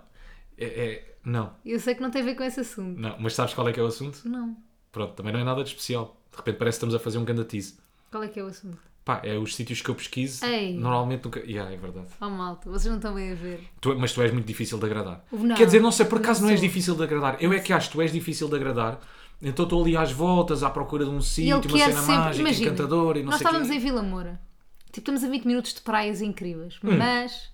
Speaker 2: É, é- não,
Speaker 1: Eu sei que não tem a ver com esse assunto.
Speaker 2: não. Mas sabes qual é que é o assunto?
Speaker 1: Não.
Speaker 2: Pronto, também não é nada de especial. De repente parece que estamos a fazer um gandatize.
Speaker 1: Qual é que é o assunto?
Speaker 2: Pá, é os sítios que eu pesquiso.
Speaker 1: Ei.
Speaker 2: Normalmente nunca. Yeah, é verdade.
Speaker 1: Oh malta, vocês não estão bem a ver.
Speaker 2: Tu- mas tu és muito difícil de agradar.
Speaker 1: Não,
Speaker 2: Quer dizer, não sei, por
Speaker 1: não
Speaker 2: acaso não, és
Speaker 1: sou.
Speaker 2: difícil de agradar. Eu é que acho que tu és difícil de agradar. Então estou ali às voltas, à procura de um
Speaker 1: E
Speaker 2: sítio,
Speaker 1: ele
Speaker 2: uma
Speaker 1: quer
Speaker 2: cena
Speaker 1: sempre.
Speaker 2: mágica,
Speaker 1: Imagina,
Speaker 2: encantadora e não
Speaker 1: nós
Speaker 2: sei o quê.
Speaker 1: estávamos em Vila Moura. Tipo, estamos a 20 minutos de praias incríveis, mas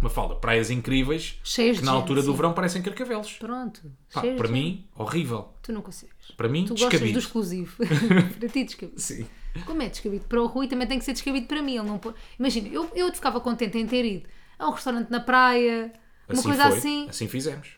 Speaker 2: Uma falda, praias incríveis
Speaker 1: Cheias
Speaker 2: Hum. que
Speaker 1: de
Speaker 2: na
Speaker 1: gente,
Speaker 2: altura do
Speaker 1: sim.
Speaker 2: verão parecem carcavelos.
Speaker 1: pronto.
Speaker 2: Pá,
Speaker 1: cheias
Speaker 2: para
Speaker 1: de-
Speaker 2: mim, horrível.
Speaker 1: Tu não consegues.
Speaker 2: Para mim,
Speaker 1: Tu gostas do
Speaker 2: descabido.
Speaker 1: exclusivo. para ti, descabido.
Speaker 2: Sim.
Speaker 1: Como é descabido para o Rui, também tem que ser descabido para mim. Ele não pô- Imagina, eu, eu ficava contente em ter ido a um restaurante na praia, uma
Speaker 2: Assim
Speaker 1: coisa
Speaker 2: foi.
Speaker 1: assim.
Speaker 2: fizemos.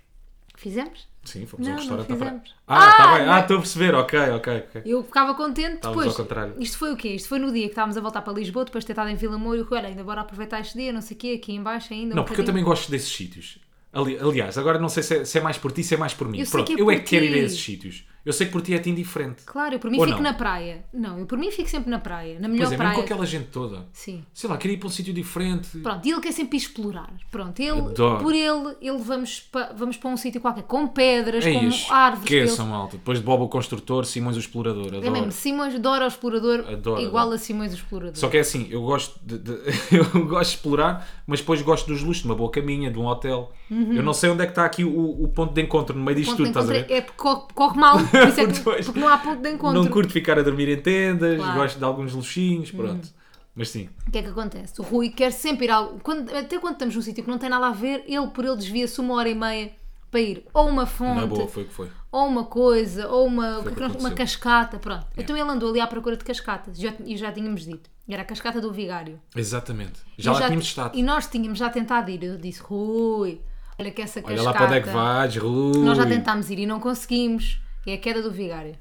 Speaker 1: Fizemos?
Speaker 2: Sim, fomos
Speaker 1: Não,
Speaker 2: a um
Speaker 1: não
Speaker 2: restaurante à praia.
Speaker 1: fizemos.
Speaker 2: Ah,
Speaker 1: Ah,
Speaker 2: está bem.
Speaker 1: não.
Speaker 2: Ah, estou a perceber. Ok, ok, ok.
Speaker 1: Eu ficava contente
Speaker 2: Estávamos
Speaker 1: depois.
Speaker 2: ao contrário.
Speaker 1: Isto foi o quê? Isto foi no dia que estávamos a voltar para Lisboa, depois de ter estado em Vila Moura e o Rui, olha, ainda bora aproveitar este dia, não sei o quê, aqui em baixo ainda. um
Speaker 2: Não, porque eu
Speaker 1: bocadinho.
Speaker 2: também gosto desses sítios. Ali- aliás, agora não sei se é, se é mais por ti, se é mais por mim.
Speaker 1: Eu sei
Speaker 2: Pronto,
Speaker 1: que é
Speaker 2: eu é
Speaker 1: por
Speaker 2: que quero
Speaker 1: ti.
Speaker 2: ir a esses sítios. Eu sei que por ti é é-te indiferente.
Speaker 1: Claro, eu por mim
Speaker 2: Ou
Speaker 1: fico
Speaker 2: não?
Speaker 1: na praia. Não, eu por mim fico sempre na praia, na melhor
Speaker 2: Pois é, mesmo
Speaker 1: praia.
Speaker 2: com aquela gente toda.
Speaker 1: Sim.
Speaker 2: Sei lá, queria ir para um sítio diferente.
Speaker 1: Pronto, e ele quer sempre ir explorar. Pronto, ele,
Speaker 2: Adoro.
Speaker 1: por ele, ele vamos, pa- vamos para um sítio qualquer, com pedras,
Speaker 2: é
Speaker 1: com
Speaker 2: isso.
Speaker 1: árvores. que
Speaker 2: Esqueçam, malta. Depois de Bob o Construtor, Simões o Explorador.
Speaker 1: ele- É
Speaker 2: Adoro.
Speaker 1: mesmo, Simões adora o explorador,
Speaker 2: Adoro,
Speaker 1: igual
Speaker 2: adoro.
Speaker 1: a Simões o explorador.
Speaker 2: Só que é assim, eu gosto de, de- eu gosto de explorar, mas depois gosto dos luxos, de uma boa caminha, de um hotel. Eu não sei onde é que está aqui o, o ponto de encontro no meio disto
Speaker 1: Uhum. ponto
Speaker 2: tudo,
Speaker 1: de
Speaker 2: estás a
Speaker 1: encontro é
Speaker 2: ver?
Speaker 1: porque corre, corre mal, por isso é que-
Speaker 2: Pois.
Speaker 1: porque não há ponto de encontro.
Speaker 2: Não curto ficar a dormir em tendas,
Speaker 1: Claro. Hum.
Speaker 2: gosto de alguns luxinhos, pronto. Mas sim,
Speaker 1: O que é que acontece? O Rui quer sempre ir ao. quando- até quando estamos num sítio que não tem nada a ver, ele por ele desvia-se uma hora e meia para ir ou uma
Speaker 2: na
Speaker 1: fonte,
Speaker 2: boa, foi o que foi.
Speaker 1: ou uma coisa, ou uma,
Speaker 2: Foi o que
Speaker 1: uma
Speaker 2: aconteceu.
Speaker 1: cascata, pronto. Então ele andou ali à procura de cascatas, já, e já tínhamos dito. Era a cascata do Vigário.
Speaker 2: Exatamente. Já
Speaker 1: E
Speaker 2: lá tínhamos estado.
Speaker 1: E nós tínhamos já tentado ir. Eu disse, Rui, olha que essa
Speaker 2: Olha
Speaker 1: cascata.
Speaker 2: lá para onde é que vais, Rui.
Speaker 1: Nós já tentámos ir e não conseguimos. É a queda do Vigário.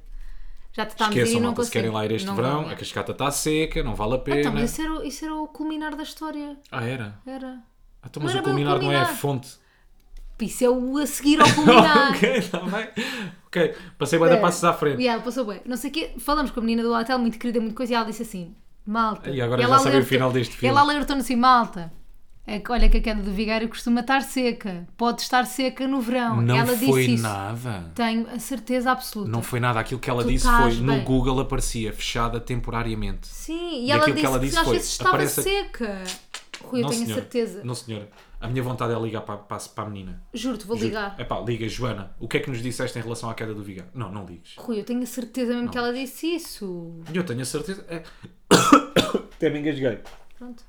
Speaker 1: Já tentámos ir
Speaker 2: Esqueçam,
Speaker 1: e não
Speaker 2: malta, se querem
Speaker 1: conseguimos.
Speaker 2: lá ir este
Speaker 1: Não
Speaker 2: verão, é
Speaker 1: vale. Ah,
Speaker 2: a cascata está seca, não vale a pena.
Speaker 1: Então, mas isso era, o- isso era o culminar da história.
Speaker 2: Ah, era?
Speaker 1: Era.
Speaker 2: Ah, então,
Speaker 1: Não
Speaker 2: mas
Speaker 1: era
Speaker 2: o
Speaker 1: bem o
Speaker 2: culminar não é a
Speaker 1: culminar.
Speaker 2: fonte.
Speaker 1: Isso é o a seguir ao culminar.
Speaker 2: ok, está bem. Ok, passei bem
Speaker 1: É.
Speaker 2: da passos à frente.
Speaker 1: Yeah, passou bem. Não sei o quê. Falamos com a menina do hotel, muito querida, muito coisa, e ela disse assim: Malta.
Speaker 2: E agora
Speaker 1: ela
Speaker 2: já sabem o
Speaker 1: alertou-
Speaker 2: final deste filme.
Speaker 1: Ela alertou-nos assim: Malta. é que- Olha que a queda do Vigário costuma estar seca. Pode estar seca no verão.
Speaker 2: Não
Speaker 1: ela
Speaker 2: foi
Speaker 1: disse isso.
Speaker 2: nada.
Speaker 1: Tenho a certeza absoluta.
Speaker 2: Não foi nada. Aquilo que ela
Speaker 1: Tu
Speaker 2: disse
Speaker 1: estás
Speaker 2: foi no
Speaker 1: bem.
Speaker 2: Google aparecia fechada temporariamente.
Speaker 1: Sim, e
Speaker 2: E
Speaker 1: ela disse
Speaker 2: aquilo que
Speaker 1: que,
Speaker 2: ela disse
Speaker 1: às
Speaker 2: foi,
Speaker 1: vezes estava
Speaker 2: aparece-
Speaker 1: seca. Rui, eu
Speaker 2: não,
Speaker 1: tenho a
Speaker 2: senhora.
Speaker 1: certeza.
Speaker 2: Não, senhora. A minha vontade é ligar para, para, para a menina.
Speaker 1: Juro-te, vou ligar.
Speaker 2: É pá, liga, Joana. O que é que nos disseste em relação à queda do Vigar? Não, não ligues.
Speaker 1: Rui, eu tenho a certeza mesmo que ela disse isso.
Speaker 2: Eu tenho a certeza. é- Até me engasguei.
Speaker 1: Pronto.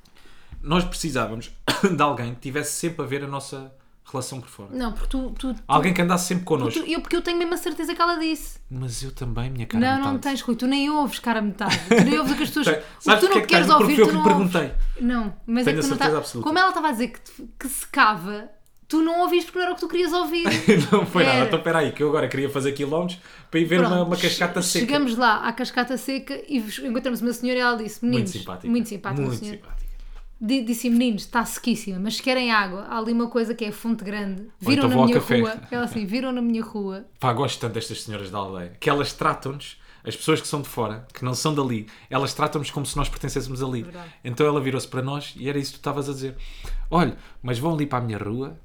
Speaker 2: Nós precisávamos de alguém que tivesse sempre a ver a nossa relação por fora.
Speaker 1: Não, porque tu. tu, tu-
Speaker 2: Alguém que andasse sempre
Speaker 1: tu-
Speaker 2: connosco.
Speaker 1: eu, porque eu tenho mesmo a certeza que ela disse.
Speaker 2: Mas eu também, minha cara.
Speaker 1: Não, não
Speaker 2: metade.
Speaker 1: tens, Rui. Tu nem ouves, cara, metade. Tu nem ouves o que as pessoas.
Speaker 2: Tem-
Speaker 1: o que
Speaker 2: Sabes
Speaker 1: tu não
Speaker 2: porque é que
Speaker 1: queres
Speaker 2: tens? Porque
Speaker 1: ouvir,
Speaker 2: foi eu
Speaker 1: tu
Speaker 2: que
Speaker 1: não
Speaker 2: te
Speaker 1: ouves.
Speaker 2: perguntei.
Speaker 1: Não, mas
Speaker 2: Tenho
Speaker 1: é que
Speaker 2: a
Speaker 1: tu não
Speaker 2: certeza
Speaker 1: estás.
Speaker 2: absoluta.
Speaker 1: Como ela estava a dizer que, te- que secava, tu não ouviste porque não era o que tu querias ouvir.
Speaker 2: Não foi
Speaker 1: Era.
Speaker 2: nada. Então espera aí, que eu agora queria fazer quilómetros para ir ver uma,
Speaker 1: Pronto,
Speaker 2: uma cascata
Speaker 1: che-
Speaker 2: seca.
Speaker 1: Chegamos lá à cascata seca e encontramos uma senhora e ela disse: Meninos,
Speaker 2: muito simpática.
Speaker 1: Muito simpática,
Speaker 2: Muito
Speaker 1: senhora.
Speaker 2: simpática.
Speaker 1: di- disse meninos, está sequíssima, mas se querem água, há ali uma coisa que é fonte grande. Viram
Speaker 2: então
Speaker 1: na
Speaker 2: vou ao
Speaker 1: minha
Speaker 2: café.
Speaker 1: rua. Ela assim, viram na minha rua.
Speaker 2: Pá, gosto tanto destas senhoras da aldeia. Que elas tratam-nos, as pessoas que são de fora, que não são dali, elas tratam-nos como se nós pertencêssemos ali.
Speaker 1: É Verdade.
Speaker 2: Então ela virou-se para nós e era isso que tu estavas a dizer. Olha, mas vão ali para a minha rua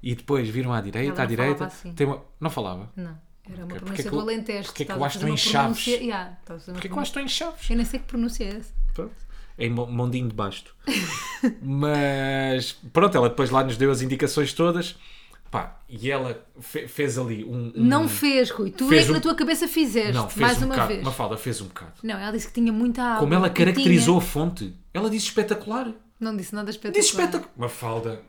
Speaker 2: e depois viram à direita,
Speaker 1: Ela
Speaker 2: à
Speaker 1: não
Speaker 2: direita.
Speaker 1: falava assim.
Speaker 2: Tem uma- Não falava.
Speaker 1: Não, era uma
Speaker 2: Ok, porque
Speaker 1: pronúncia
Speaker 2: é que
Speaker 1: do
Speaker 2: eu-
Speaker 1: Alentejo.
Speaker 2: porque é que
Speaker 1: Estavas
Speaker 2: eu
Speaker 1: a
Speaker 2: acho
Speaker 1: fazer
Speaker 2: que
Speaker 1: uma
Speaker 2: em Chaves?
Speaker 1: pronúncia- Yeah, estavas a fazer uma
Speaker 2: Porquê é que eu
Speaker 1: pronúncia-
Speaker 2: acho que estou em chaves?
Speaker 1: Eu nem sei que pronúncia é essa.
Speaker 2: Pronto. É Em Mo- Mondinho de Basto. Mas pronto, ela depois lá nos deu as indicações todas. Pá, e ela fe- fez ali um. um-
Speaker 1: Não fez, Rui. Tu
Speaker 2: Fez
Speaker 1: é que na
Speaker 2: um-
Speaker 1: tua cabeça fizeste,
Speaker 2: Não, fez
Speaker 1: mais
Speaker 2: um
Speaker 1: uma
Speaker 2: bocado.
Speaker 1: vez.
Speaker 2: Mafalda fez um bocado.
Speaker 1: Não, ela disse que tinha muita água.
Speaker 2: Como ela
Speaker 1: Ah, e tinha-
Speaker 2: caracterizou a fonte, ela disse espetacular.
Speaker 1: Não disse nada espetacular.
Speaker 2: Disse espetacular. Mafalda.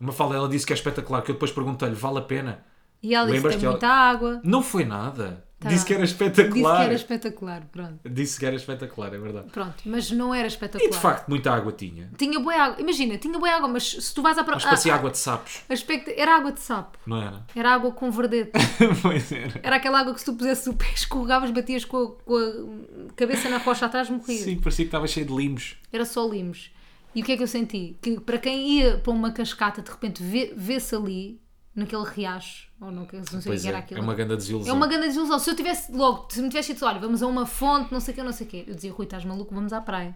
Speaker 2: Mafalda, ela disse que é espetacular, que eu depois perguntei-lhe, vale a pena?
Speaker 1: E ela disse que
Speaker 2: Lembras-te
Speaker 1: tem
Speaker 2: ela-
Speaker 1: muita água.
Speaker 2: Não foi nada.
Speaker 1: Tá.
Speaker 2: Disse que era
Speaker 1: Disse que
Speaker 2: espetacular.
Speaker 1: era espetacular, pronto.
Speaker 2: Disse que era espetacular, é verdade.
Speaker 1: Pronto, mas não era espetacular.
Speaker 2: E de facto, muita água tinha.
Speaker 1: Tinha boa água. Imagina, tinha boa água, mas se tu vais à
Speaker 2: Mas parecia
Speaker 1: a-
Speaker 2: água de sapos,
Speaker 1: a expect- Era água de sapo.
Speaker 2: não era?
Speaker 1: Era água com verdete.
Speaker 2: pois era.
Speaker 1: Era aquela água que se tu pusesse o pé, escorregavas, batias com a, com a cabeça na rocha atrás, morrias.
Speaker 2: Sim, parecia que estava cheio de limos.
Speaker 1: Era só limos. E o que é que eu senti? Que para quem ia para uma cascata, de repente vê- vê-se ali, naquele riacho, ou não, que- não sei o
Speaker 2: Pois
Speaker 1: que era
Speaker 2: é,
Speaker 1: aquilo.
Speaker 2: é uma grande desilusão.
Speaker 1: É uma grande desilusão. Se eu tivesse logo, se me tivesse dito, olha, vamos a uma fonte, não sei o quê, não sei o quê, eu dizia, Rui, estás maluco, vamos à praia.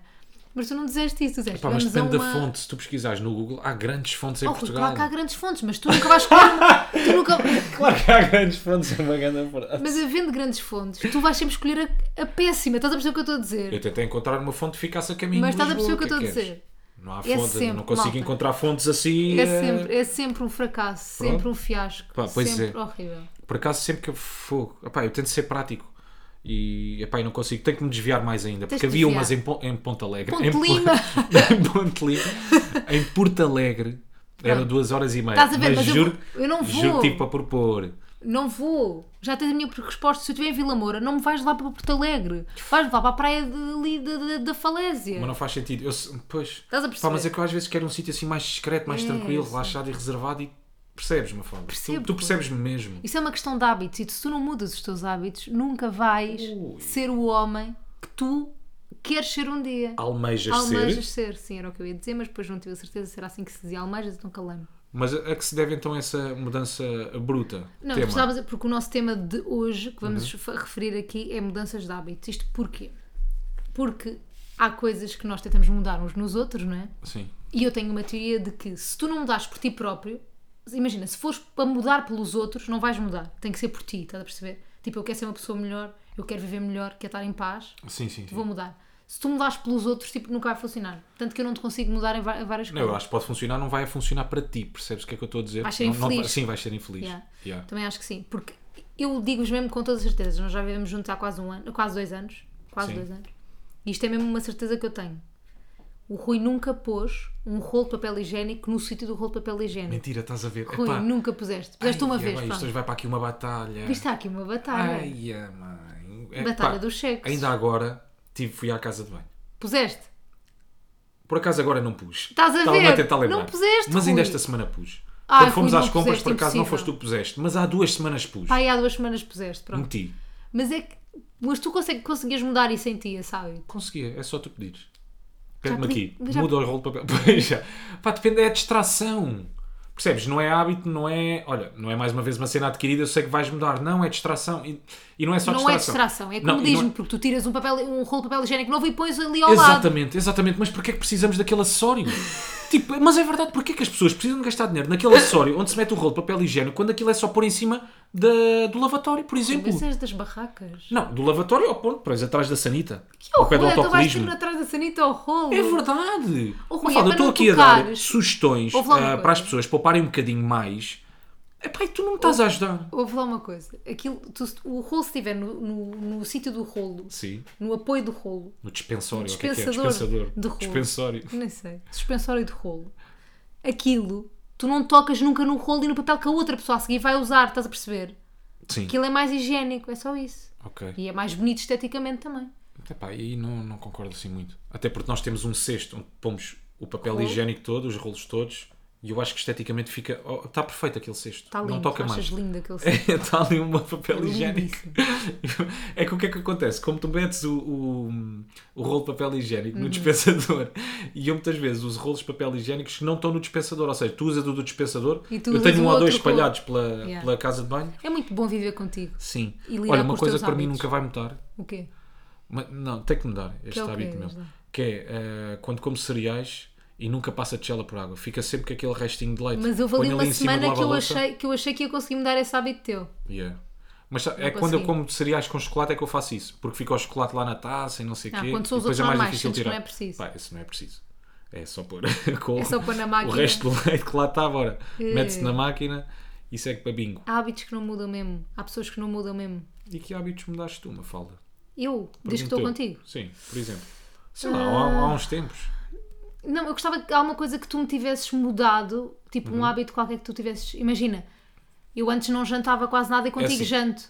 Speaker 1: Mas tu não disseste isso, tu disseste,
Speaker 2: Pá, mas
Speaker 1: vamos a
Speaker 2: depende
Speaker 1: uma...
Speaker 2: da fonte. Se tu pesquisares no Google, há grandes fontes em
Speaker 1: Oh, Rui,
Speaker 2: Portugal.
Speaker 1: claro que há grandes fontes, mas tu nunca vais escolher uma... tu nunca...
Speaker 2: Claro que há grandes fontes, é uma grande verdade.
Speaker 1: Mas havendo grandes fontes, tu vais sempre escolher a, a péssima. Estás a perceber o que eu estou a dizer?
Speaker 2: Eu tentei encontrar uma fonte que ficasse a caminho
Speaker 1: Mas
Speaker 2: de
Speaker 1: estás a perceber o que eu
Speaker 2: Lisboa,
Speaker 1: estou a
Speaker 2: é
Speaker 1: dizer?
Speaker 2: queres? Não há
Speaker 1: É
Speaker 2: fonte,
Speaker 1: sempre,
Speaker 2: não consigo
Speaker 1: malta.
Speaker 2: encontrar fontes assim.
Speaker 1: É
Speaker 2: eh,
Speaker 1: sempre, é sempre um fracasso,
Speaker 2: Pronto.
Speaker 1: sempre um fiasco,
Speaker 2: Pá, pois
Speaker 1: sempre
Speaker 2: é.
Speaker 1: horrível.
Speaker 2: Por acaso, sempre que eu fogo. Epá, eu tento ser prático. E epá, eu não consigo, tenho que me desviar mais ainda,
Speaker 1: Tens
Speaker 2: porque
Speaker 1: de desviar.
Speaker 2: havia umas em, Pon- em Ponta Alegre,
Speaker 1: Ponte
Speaker 2: em, Pon-
Speaker 1: Lima.
Speaker 2: em Ponte Lima, em Porto Alegre, eram duas horas e meia.
Speaker 1: Estás a ver, mas eu-
Speaker 2: juro,
Speaker 1: eu não vou. É.
Speaker 2: Juro tipo a propor.
Speaker 1: Não vou, já tens a minha resposta. Se eu estiver em Vila Moura, não me vais lá para Porto Alegre, vais lá para a praia de- ali da- da- da Falésia.
Speaker 2: Mas não faz sentido. Eu, se- pois.
Speaker 1: Estás a
Speaker 2: Pá, mas
Speaker 1: perceber?
Speaker 2: é que eu às vezes quero um sítio assim mais discreto, mais
Speaker 1: É, eu
Speaker 2: tranquilo,
Speaker 1: sei.
Speaker 2: relaxado e reservado e percebes-me, Fábio. Tu,
Speaker 1: Percebo,
Speaker 2: tu percebes-me mesmo.
Speaker 1: Isso é uma questão de hábitos e se tu não mudas os teus hábitos, nunca vais
Speaker 2: Ui.
Speaker 1: ser o homem que tu queres ser um dia.
Speaker 2: Almejas, ser.
Speaker 1: Almejas ser, sim, era o que eu ia dizer, mas depois não tive a certeza se era assim que se dizia Almejas, então calei-me.
Speaker 2: Mas a, a que se deve então essa mudança bruta?
Speaker 1: Não,
Speaker 2: Tema. Uhum.
Speaker 1: precisavas, porque o nosso tema de hoje, que vamos fa- referir aqui, é mudanças de hábitos. Isto porquê? Porque há coisas que nós tentamos mudar uns nos outros, não é?
Speaker 2: Sim.
Speaker 1: E eu tenho uma teoria de que se tu não mudares por ti próprio, imagina, se fores para mudar pelos outros, não vais mudar. Tem que ser por ti, estás a perceber? Tipo, eu quero ser uma pessoa melhor, eu quero viver melhor, quero estar em paz,
Speaker 2: Sim, sim. sim.
Speaker 1: vou mudar. Se tu mudares pelos outros, tipo, nunca vai funcionar. Tanto que eu não te consigo mudar em va- em várias
Speaker 2: Não,
Speaker 1: coisas.
Speaker 2: eu acho que pode funcionar, não vai a funcionar para ti, percebes o que é que eu estou a dizer?
Speaker 1: Vais ser
Speaker 2: Não- não-
Speaker 1: infeliz.
Speaker 2: sim, vais ser infeliz.
Speaker 1: Yeah.
Speaker 2: Yeah.
Speaker 1: Também acho que sim, porque eu digo-vos mesmo com toda a certeza, nós já vivemos juntos há quase um ano, quase dois anos, quase
Speaker 2: Sim.
Speaker 1: dois anos, e isto é mesmo uma certeza que eu tenho. O Rui nunca pôs um rolo de papel higiênico no sítio do rolo de papel higiênico.
Speaker 2: Mentira, estás a ver.
Speaker 1: Rui,
Speaker 2: Epá.
Speaker 1: nunca puseste. Puseste
Speaker 2: Ai,
Speaker 1: uma
Speaker 2: e
Speaker 1: vez,
Speaker 2: agora
Speaker 1: pronto.
Speaker 2: Isto hoje vai para aqui uma batalha.
Speaker 1: Isto está aqui uma batalha.
Speaker 2: Ai, a mãe. É,
Speaker 1: Batalha
Speaker 2: pá,
Speaker 1: dos sexos.
Speaker 2: Ainda agora tive, fui à casa de banho.
Speaker 1: Puseste?
Speaker 2: Por acaso agora não pus.
Speaker 1: Estás a
Speaker 2: Estava-me
Speaker 1: ver?
Speaker 2: tentar lembrar.
Speaker 1: Não puseste,
Speaker 2: Mas ainda
Speaker 1: Rui.
Speaker 2: esta semana pus.
Speaker 1: Ai,
Speaker 2: Quando fomos
Speaker 1: Rui, não
Speaker 2: às compras,
Speaker 1: puseste,
Speaker 2: por acaso não
Speaker 1: impossível.
Speaker 2: foste tu que puseste, mas há duas semanas pus.
Speaker 1: Pá, e há duas semanas puseste, pronto.
Speaker 2: Meti.
Speaker 1: Mas é que. Mas tu consegue, conseguias mudar isso em ti, sabe?
Speaker 2: Conseguia, é só tu pedires. Pede-me
Speaker 1: pedi-
Speaker 2: aqui.
Speaker 1: já-
Speaker 2: Muda o rolo de papel. Pois já. Pá, depende, é a distração. Percebes? Não é hábito, não é. Olha, não é mais uma vez uma cena adquirida, eu sei que vais mudar. Não, é distração. E, e não é só
Speaker 1: não
Speaker 2: distração.
Speaker 1: é distração, é
Speaker 2: Não, e
Speaker 1: comodismo,
Speaker 2: não é-
Speaker 1: porque tu tiras um, papel, um rolo de papel higiênico novo e pões ali ao lado.
Speaker 2: Exatamente, exatamente. Mas porquê é que precisamos daquele acessório? tipo, mas é verdade, porquê é que as pessoas precisam de gastar dinheiro naquele acessório onde se mete o rolo de papel higiênico quando aquilo é só pôr em cima da- do lavatório, por exemplo?
Speaker 1: Mas é- és das barracas.
Speaker 2: Não, do lavatório ao ponto, pois atrás da sanita.
Speaker 1: Que
Speaker 2: ao pé é do
Speaker 1: horror, tu vais
Speaker 2: autocolismo.
Speaker 1: sempre atrás da sanita ao rolo.
Speaker 2: É verdade!
Speaker 1: Oh, Rui, é
Speaker 2: Mafalda,
Speaker 1: para
Speaker 2: eu estou
Speaker 1: não
Speaker 2: aqui a dar
Speaker 1: tocares.
Speaker 2: sugestões
Speaker 1: Ouve lá uma
Speaker 2: ah,
Speaker 1: coisa.
Speaker 2: para as pessoas pouparem um bocadinho mais. Epá, e tu não me estás a ajudar.
Speaker 1: Ouve lá uma coisa. Aquilo, tu- o rolo, se estiver no, no, no sítio do rolo,
Speaker 2: Sim,
Speaker 1: no apoio do rolo,
Speaker 2: no dispensório.
Speaker 1: No
Speaker 2: o que é que é?
Speaker 1: dispensador
Speaker 2: Dispensador.
Speaker 1: de rolo.
Speaker 2: Dispensório.
Speaker 1: nem sei, suspensório de rolo, aquilo, tu não tocas nunca no rolo e no papel que a outra pessoa a seguir vai usar, estás a perceber?
Speaker 2: Sim,
Speaker 1: Aquilo é mais higiênico, é só isso.
Speaker 2: ok.
Speaker 1: E é mais bonito esteticamente também.
Speaker 2: Epá, e não, não concordo assim muito. Até porque nós temos um cesto onde pomos o papel
Speaker 1: Rolo.
Speaker 2: higiênico todo, os rolos todos, E eu acho que esteticamente fica. oh, está perfeito aquele cesto.
Speaker 1: Está Tá lindo.
Speaker 2: não toca mais.
Speaker 1: Achas lindo aquele cesto.
Speaker 2: É, Está ali um papel higiênico.
Speaker 1: Lindíssimo.
Speaker 2: É que o que é que acontece? Como tu metes o, o, o rolo de papel higiênico
Speaker 1: Uhum.
Speaker 2: no dispensador e eu muitas vezes uso rolos de papel higiênicos que não estão no dispensador, ou seja, tu usas o do dispensador,
Speaker 1: E tu
Speaker 2: eu
Speaker 1: usas
Speaker 2: tenho um
Speaker 1: o
Speaker 2: ou dois
Speaker 1: outro com-
Speaker 2: espalhados pela,
Speaker 1: Yeah.
Speaker 2: pela casa de banho.
Speaker 1: É muito bom viver contigo.
Speaker 2: Sim.
Speaker 1: E lidar
Speaker 2: Olha,
Speaker 1: com
Speaker 2: uma
Speaker 1: os
Speaker 2: coisa
Speaker 1: teus
Speaker 2: que para mim
Speaker 1: hábitos.
Speaker 2: nunca vai mudar,
Speaker 1: O quê?
Speaker 2: mas- não, tem que mudar este
Speaker 1: é o quê?
Speaker 2: hábito meu,
Speaker 1: Vamos lá.
Speaker 2: que é eh, quando como cereais e nunca passa de chela por água, fica sempre com aquele restinho de leite.
Speaker 1: Mas eu
Speaker 2: Ponho
Speaker 1: ali
Speaker 2: ali
Speaker 1: uma
Speaker 2: em cima do
Speaker 1: semana que eu,
Speaker 2: lava-louça.
Speaker 1: achei, que eu achei que ia conseguir mudar esse hábito teu.
Speaker 2: Yeah. Mas sabe, é que quando eu
Speaker 1: consegui.
Speaker 2: como cereais com chocolate é que eu faço isso, porque fica o chocolate lá na taça e não sei o
Speaker 1: Ah,
Speaker 2: quê.
Speaker 1: quando são os
Speaker 2: e
Speaker 1: outros
Speaker 2: depois é mais
Speaker 1: normais,
Speaker 2: difícil
Speaker 1: sentes que
Speaker 2: tirar.
Speaker 1: não é preciso.
Speaker 2: Pá, isso não é preciso. É só pôr, com
Speaker 1: É só pôr na
Speaker 2: o
Speaker 1: máquina.
Speaker 2: resto do leite que lá está agora.
Speaker 1: Eh.
Speaker 2: Mete-se na máquina e segue para é bingo.
Speaker 1: Há hábitos que não mudam mesmo. Há pessoas que não mudam mesmo.
Speaker 2: E que hábitos mudaste tu, Mafalda?
Speaker 1: Eu, desde que
Speaker 2: Pergunto
Speaker 1: estou
Speaker 2: eu.
Speaker 1: contigo.
Speaker 2: Sim, por exemplo. Sei lá, há, há uns tempos.
Speaker 1: Não, eu gostava que há uma coisa que tu me tivesses mudado, tipo
Speaker 2: Uhum.
Speaker 1: um hábito qualquer que tu tivesses. Imagina, eu antes não jantava quase nada e contigo
Speaker 2: assim.
Speaker 1: janto.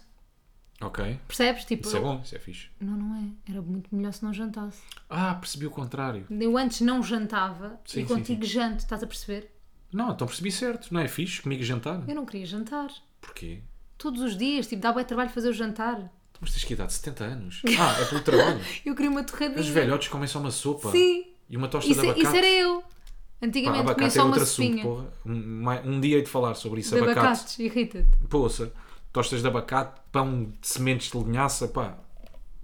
Speaker 2: Ok.
Speaker 1: Percebes? Tipo,
Speaker 2: Isso é bom, isso é fixe.
Speaker 1: Não, não é. Era muito melhor se não jantasse.
Speaker 2: Ah, percebi o contrário.
Speaker 1: Eu antes não jantava
Speaker 2: Sim,
Speaker 1: e
Speaker 2: sim,
Speaker 1: contigo janto, estás a perceber?
Speaker 2: Não, então percebi certo. Não é fixe comigo jantar?
Speaker 1: Eu não queria jantar.
Speaker 2: Porquê?
Speaker 1: Todos os dias, tipo, dá bué trabalho fazer o jantar.
Speaker 2: Tu mas tens que idade de 70 anos. Ah, é pelo trabalho.
Speaker 1: Eu queria uma torradinha.
Speaker 2: Os velhotes comem só uma sopa.
Speaker 1: Sim.
Speaker 2: E uma tosta
Speaker 1: Isso, é-
Speaker 2: de
Speaker 1: isso
Speaker 2: abacate.
Speaker 1: era eu.
Speaker 2: Pá,
Speaker 1: Antigamente comia
Speaker 2: abacate é
Speaker 1: só uma
Speaker 2: outro assunto,
Speaker 1: sopinha.
Speaker 2: porra. Um, mai- um dia hei de falar sobre isso.
Speaker 1: De
Speaker 2: Abacate,
Speaker 1: abacates, irrita-te.
Speaker 2: poça, tostas de abacate, pão de sementes de linhaça, pá.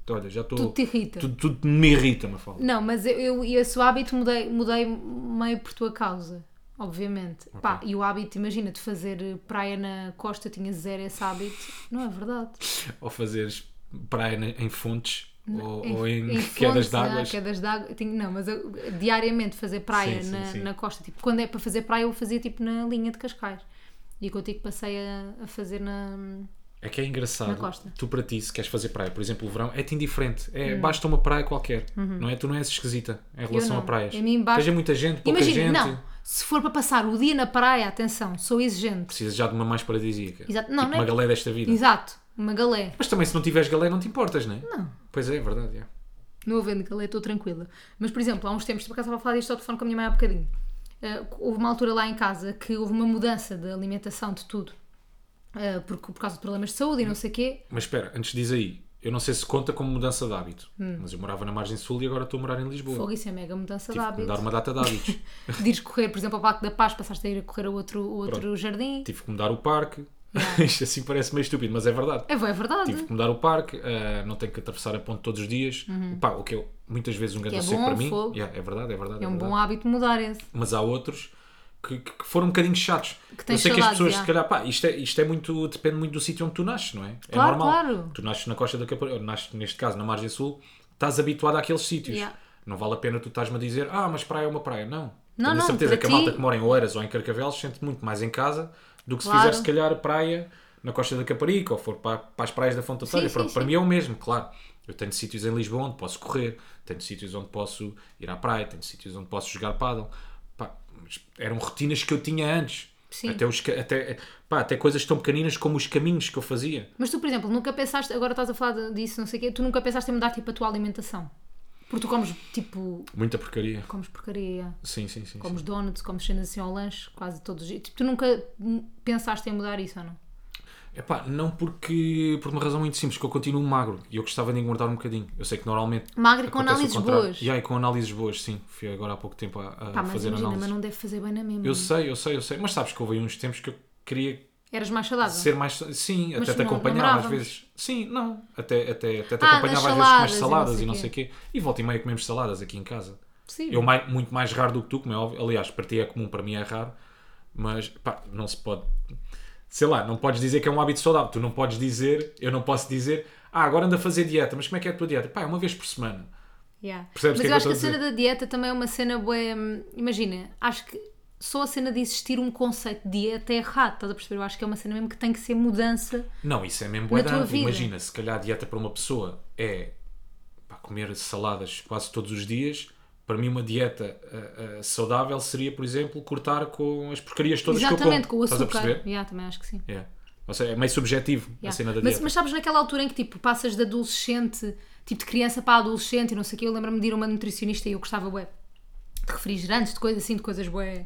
Speaker 2: Então, Olha, já estou.
Speaker 1: Tudo tipo. te irrita.
Speaker 2: Tudo, tudo me irrita, me fala.
Speaker 1: Não, mas eu, eu e esse hábito mudei, mudei meio por tua causa, obviamente. Pá, e o hábito, imagina, de fazer praia na costa, tinha zero esse hábito. Não é verdade.
Speaker 2: Ou fazeres praia ne- em fontes ou, ou em,
Speaker 1: fontes,
Speaker 2: quedas
Speaker 1: ah,
Speaker 2: d'água.
Speaker 1: quedas de água. Tinha- Não, mas eu, diariamente fazer praia
Speaker 2: Sim, sim,
Speaker 1: na,
Speaker 2: sim.
Speaker 1: na costa. Tipo, quando é para fazer praia, eu fazia tipo na linha de Cascais. E contigo passei a, a fazer na.
Speaker 2: É que é
Speaker 1: Na
Speaker 2: engraçado.
Speaker 1: costa. Hum.
Speaker 2: Tu, para ti, se queres fazer praia, por exemplo, o verão, é-te indiferente. É, Basta uma praia qualquer. Não é? Tu não és esquisita em relação a
Speaker 1: Uhum. não.
Speaker 2: praias.
Speaker 1: A mim basta-
Speaker 2: Seja muita gente, pouca
Speaker 1: Imagina,
Speaker 2: gente.
Speaker 1: não. Se for para passar o dia na praia, atenção, sou exigente.
Speaker 2: Precisas já de uma mais paradisíaca.
Speaker 1: Exato. Não,
Speaker 2: tipo
Speaker 1: não é-
Speaker 2: uma galera desta vida.
Speaker 1: Exato, uma galé.
Speaker 2: Mas também se não tiveres galé não te importas, não é? Não. Pois é, é verdade. é.
Speaker 1: Não havendo galé, estou tranquila. Mas, por exemplo, há uns tempos, por acaso estava a falar disto ao telefone com a minha mãe há bocadinho. Eh, houve uma altura lá em casa que houve uma mudança de alimentação de tudo. Eh, porque, por causa de problemas de saúde e não sei o quê,
Speaker 2: Mas espera, antes diz aí, eu não sei se conta como mudança de hábito, mas eu morava na margem sul e agora estou a morar em Lisboa.
Speaker 1: Hum. Fogo, isso é mega mudança de
Speaker 2: Tive que
Speaker 1: hábito.
Speaker 2: mudar uma data de hábitos.
Speaker 1: De ires correr, por exemplo, ao Parque da Paz, passaste a ir a correr a outro, a outro
Speaker 2: Pronto.
Speaker 1: jardim.
Speaker 2: Tive que mudar o parque. Isto assim parece meio estúpido, mas é verdade.
Speaker 1: É, é verdade.
Speaker 2: Tive que mudar o parque, ah, não tenho que atravessar a ponte todos os dias. Pá, o que é muitas vezes um grande
Speaker 1: Uhum. é
Speaker 2: acerto
Speaker 1: bom,
Speaker 2: para mim.
Speaker 1: fogo.
Speaker 2: Yeah, é verdade, é verdade.
Speaker 1: é
Speaker 2: é
Speaker 1: um
Speaker 2: verdade.
Speaker 1: bom hábito mudar esse.
Speaker 2: mas há outros que, que- que foram um bocadinho chatos. eu
Speaker 1: tens
Speaker 2: sei que as
Speaker 1: saudades,
Speaker 2: pessoas,
Speaker 1: já.
Speaker 2: se calhar, pá, isto é, isto é muito, depende muito do sítio onde tu nasces, não é?
Speaker 1: Claro,
Speaker 2: é normal.
Speaker 1: claro.
Speaker 2: Tu nasces na costa da Caparica, ou nasces, neste caso, na margem sul, estás habituado àqueles sítios.
Speaker 1: Yeah.
Speaker 2: Não vale a pena tu estás-me a dizer, ah, mas praia é uma praia. Não.
Speaker 1: Não,
Speaker 2: Tenho a
Speaker 1: não,
Speaker 2: certeza
Speaker 1: para
Speaker 2: que a
Speaker 1: ti-
Speaker 2: malta que mora em Oeiras ou em Carcavelos sente muito mais em casa do que se
Speaker 1: Claro.
Speaker 2: fizer, se calhar, praia na costa da Caparica ou for para, para as praias da Fonte da Telha.
Speaker 1: sim,
Speaker 2: Pronto,
Speaker 1: sim.
Speaker 2: para mim é o mesmo, claro. Eu tenho sítios em Lisboa onde posso correr, tenho sítios onde posso ir à praia, tenho sítios onde posso jogar paddle. Pá, mas eram rotinas que eu tinha antes.
Speaker 1: Sim.
Speaker 2: Até, os, ca- até, pá, até coisas tão pequeninas como os caminhos que eu fazia.
Speaker 1: Mas tu, por exemplo, nunca pensaste, agora estás a falar de- disso, não sei o quê, tu nunca pensaste em mudar tipo a tua alimentação. Porque tu comes tipo.
Speaker 2: Muita porcaria.
Speaker 1: comes porcaria,
Speaker 2: Sim, sim, sim.
Speaker 1: comes
Speaker 2: sim.
Speaker 1: donuts, comes cenas assim ao lanche, quase todos os dias. Tipo, tu nunca hum, pensaste em mudar isso ou não?
Speaker 2: Epá, não porque. por uma razão muito simples, que eu continuo magro e eu gostava de engordar um bocadinho. Eu sei que normalmente.
Speaker 1: Magro com
Speaker 2: acontece o
Speaker 1: análises
Speaker 2: contrário.
Speaker 1: boas.
Speaker 2: E aí, com análises boas, sim. Fui agora há pouco tempo a, a
Speaker 1: Pá, mas
Speaker 2: fazer
Speaker 1: imagina,
Speaker 2: análise.
Speaker 1: mas não deve fazer bem na mesma.
Speaker 2: Eu sei, eu sei, eu sei. Mas sabes que houve aí uns tempos que eu queria
Speaker 1: Eras mais saudável.
Speaker 2: ser mais. Sim,
Speaker 1: Mas
Speaker 2: até te
Speaker 1: não-
Speaker 2: acompanhava às
Speaker 1: namorávamos?
Speaker 2: vezes. Sim, não. Até, até, até te
Speaker 1: Ah,
Speaker 2: acompanhava
Speaker 1: nas
Speaker 2: às vezes com
Speaker 1: saladas
Speaker 2: as
Speaker 1: e não
Speaker 2: saladas
Speaker 1: sei
Speaker 2: e não
Speaker 1: quê.
Speaker 2: sei o quê. E volta e meia comemos saladas aqui em casa.
Speaker 1: Sim.
Speaker 2: Eu mai- muito mais raro do que tu, como é óbvio. Aliás, para ti é comum, para mim é raro. Mas, pá, não se pode. Sei lá, não podes dizer que é um hábito saudável. Tu não podes dizer, eu não posso dizer, ah, agora anda a fazer dieta, mas como é que é a tua dieta? Pá, é uma vez por semana.
Speaker 1: Yeah.
Speaker 2: Percebes
Speaker 1: Mas
Speaker 2: o que é
Speaker 1: eu
Speaker 2: que
Speaker 1: acho
Speaker 2: eu
Speaker 1: que a
Speaker 2: estou a
Speaker 1: cena da dieta também é uma cena boa. Imagina, acho que só a cena de existir um conceito de dieta é errado, estás a perceber? Eu acho que é uma cena mesmo que tem que ser mudança.
Speaker 2: Não, isso é mesmo
Speaker 1: Na
Speaker 2: bué
Speaker 1: tua
Speaker 2: da-
Speaker 1: vida.
Speaker 2: Imagina, se calhar a dieta para uma pessoa é pá, comer saladas quase todos os dias. Para mim, uma dieta ah, ah, saudável seria, por exemplo, cortar com as porcarias todas
Speaker 1: Exatamente,
Speaker 2: que
Speaker 1: com o
Speaker 2: eu como. Estás a
Speaker 1: açúcar.
Speaker 2: perceber?
Speaker 1: Yeah, também acho que sim.
Speaker 2: É. Ou seja, é meio subjetivo a
Speaker 1: Yeah.
Speaker 2: cena da
Speaker 1: mas,
Speaker 2: dieta.
Speaker 1: mas sabes, naquela altura em que tipo, passas de adolescente, tipo de criança para adolescente e não sei o quê, eu lembro-me de ir a uma nutricionista e eu gostava bué, de refrigerantes, de coisas assim, de coisas bué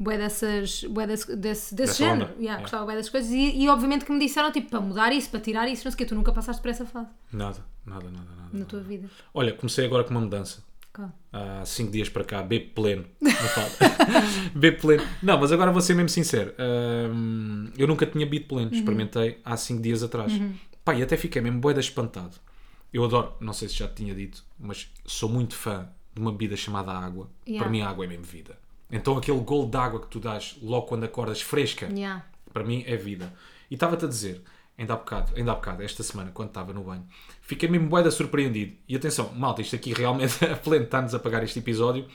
Speaker 1: bué dessas, bué desse, desse, desse
Speaker 2: Dessa
Speaker 1: género.
Speaker 2: onda.
Speaker 1: Yeah,
Speaker 2: Yeah.
Speaker 1: Gostava bué dessas coisas e, e obviamente que me disseram tipo para mudar isso, para tirar isso, não sei o quê. Tu nunca passaste por essa fase
Speaker 2: Nada, nada, nada, nada.
Speaker 1: na tua vida.
Speaker 2: Olha, comecei agora com uma mudança.
Speaker 1: Claro.
Speaker 2: Há 5 dias para cá, bebo pleno. Não falo. bebo pleno. Não, mas agora vou ser mesmo sincero. Hum, eu nunca tinha bebido pleno.
Speaker 1: Uhum.
Speaker 2: Experimentei há 5 dias atrás. Pá, e até fiquei mesmo boeda espantado. Eu adoro, não sei se já te tinha dito, mas sou muito fã de uma bebida chamada água.
Speaker 1: Yeah.
Speaker 2: Para mim, a água é mesmo vida. Então aquele gol de água que tu dás logo quando acordas fresca,
Speaker 1: Yeah.
Speaker 2: para mim é vida. E estava-te a dizer, ainda há bocado, ainda há bocado, esta semana, quando estava no banho, fiquei mesmo boeda surpreendido. E atenção, malta, isto aqui realmente a pleno está-nos a pagar este episódio,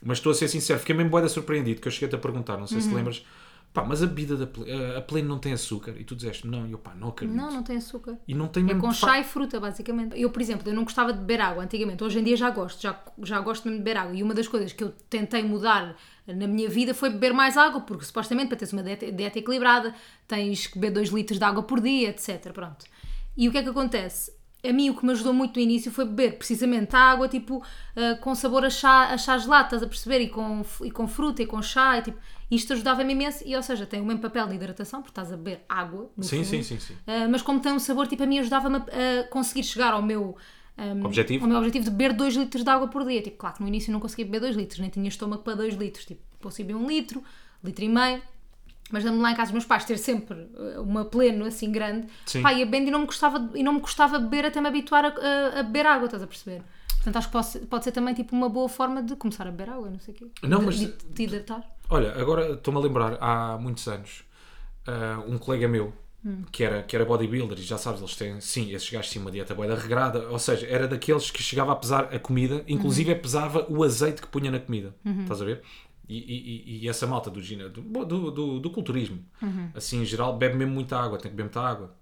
Speaker 2: mas estou a ser sincero, fiquei mesmo boeda surpreendido, que eu cheguei-te a perguntar, não sei
Speaker 1: Uhum.
Speaker 2: se lembras, pá, mas a bebida da Ple- a- a pleno não tem açúcar? E tu dizeste, não, e eu pá, não acredito.
Speaker 1: Não, não tem açúcar.
Speaker 2: E não tem
Speaker 1: É
Speaker 2: mesmo...
Speaker 1: com
Speaker 2: de facto-
Speaker 1: chá e fruta, basicamente. Eu, por exemplo, eu não gostava de beber água antigamente. Hoje em dia já gosto, já, já gosto mesmo de beber água. E uma das coisas que eu tentei mudar na minha vida foi beber mais água, porque supostamente para teres uma dieta, dieta equilibrada tens que beber 2 litros de água por dia, etc. Pronto. E o que é que acontece? A mim o que me ajudou muito no início foi beber precisamente água, tipo, ah, com sabor a chá, a chá gelado, estás a perceber? E com, f- e com fruta e com chá, e tipo, isto ajudava-me imenso. E, ou seja, tem o mesmo papel de hidratação, porque estás a beber água, no
Speaker 2: Sim,
Speaker 1: fundo.
Speaker 2: sim, sim, sim.
Speaker 1: Uh, mas como tem um sabor, tipo, a mim ajudava-me a, a conseguir chegar ao meu, um,
Speaker 2: Objetivo?
Speaker 1: ao meu objetivo de beber 2 litros de água por dia. Tipo, claro que no início eu não conseguia beber 2 litros, nem tinha estômago para 2 litros. Tipo, posso beber 1 um litro, litro e meio. Mas lembro-me lá em casa dos meus pais ter sempre uh, uma pleno assim grande.
Speaker 2: Sim.
Speaker 1: Pá, ia bebendo e não me gostava, e não me gostava beber até me habituar a, a- a beber água, estás a perceber? Portanto, acho que pode, pode ser também tipo uma boa forma de começar a beber água, não sei o quê.
Speaker 2: Não,
Speaker 1: De-
Speaker 2: mas-
Speaker 1: De, de te hidratar.
Speaker 2: Olha, agora estou-me a lembrar, há muitos anos, ah, um colega meu,
Speaker 1: Hum.
Speaker 2: que, era, que era bodybuilder, e já sabes, eles têm, sim, esses gajos tinham uma dieta boa da regrada, ou seja, era daqueles que chegava a pesar a comida,
Speaker 1: Uhum.
Speaker 2: inclusive pesava o azeite que punha na comida, estás a ver? E, e- e- e essa malta do, gina- do, do, do- do culturismo,
Speaker 1: Uhum.
Speaker 2: assim, em geral, bebe mesmo muita água, tem que beber muita água.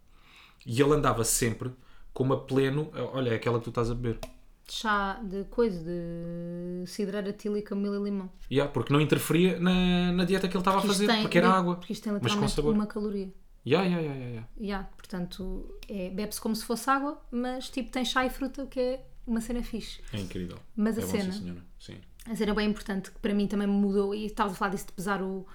Speaker 2: E ele andava sempre com uma pleno, olha, é aquela que tu estás a beber.
Speaker 1: Chá de coisa, de cidreira tílica, mil e limão.
Speaker 2: Yeah, porque não interferia na, na dieta que ele estava a
Speaker 1: Porque isto
Speaker 2: fazer,
Speaker 1: tem-
Speaker 2: porque era
Speaker 1: li-
Speaker 2: água,
Speaker 1: Porque isto tem
Speaker 2: mas com
Speaker 1: literalmente
Speaker 2: sabor.
Speaker 1: uma caloria.
Speaker 2: Yeah, yeah, yeah, yeah, yeah.
Speaker 1: Ya, portanto, é, bebe-se como se fosse água, mas tipo tem chá e fruta, o que é uma cena fixe.
Speaker 2: É incrível.
Speaker 1: Mas
Speaker 2: é
Speaker 1: a
Speaker 2: bom,
Speaker 1: cena?
Speaker 2: sim, senhora. Sim.
Speaker 1: A cena bem importante que para mim também me mudou, e estavas a falar disso de pesar o,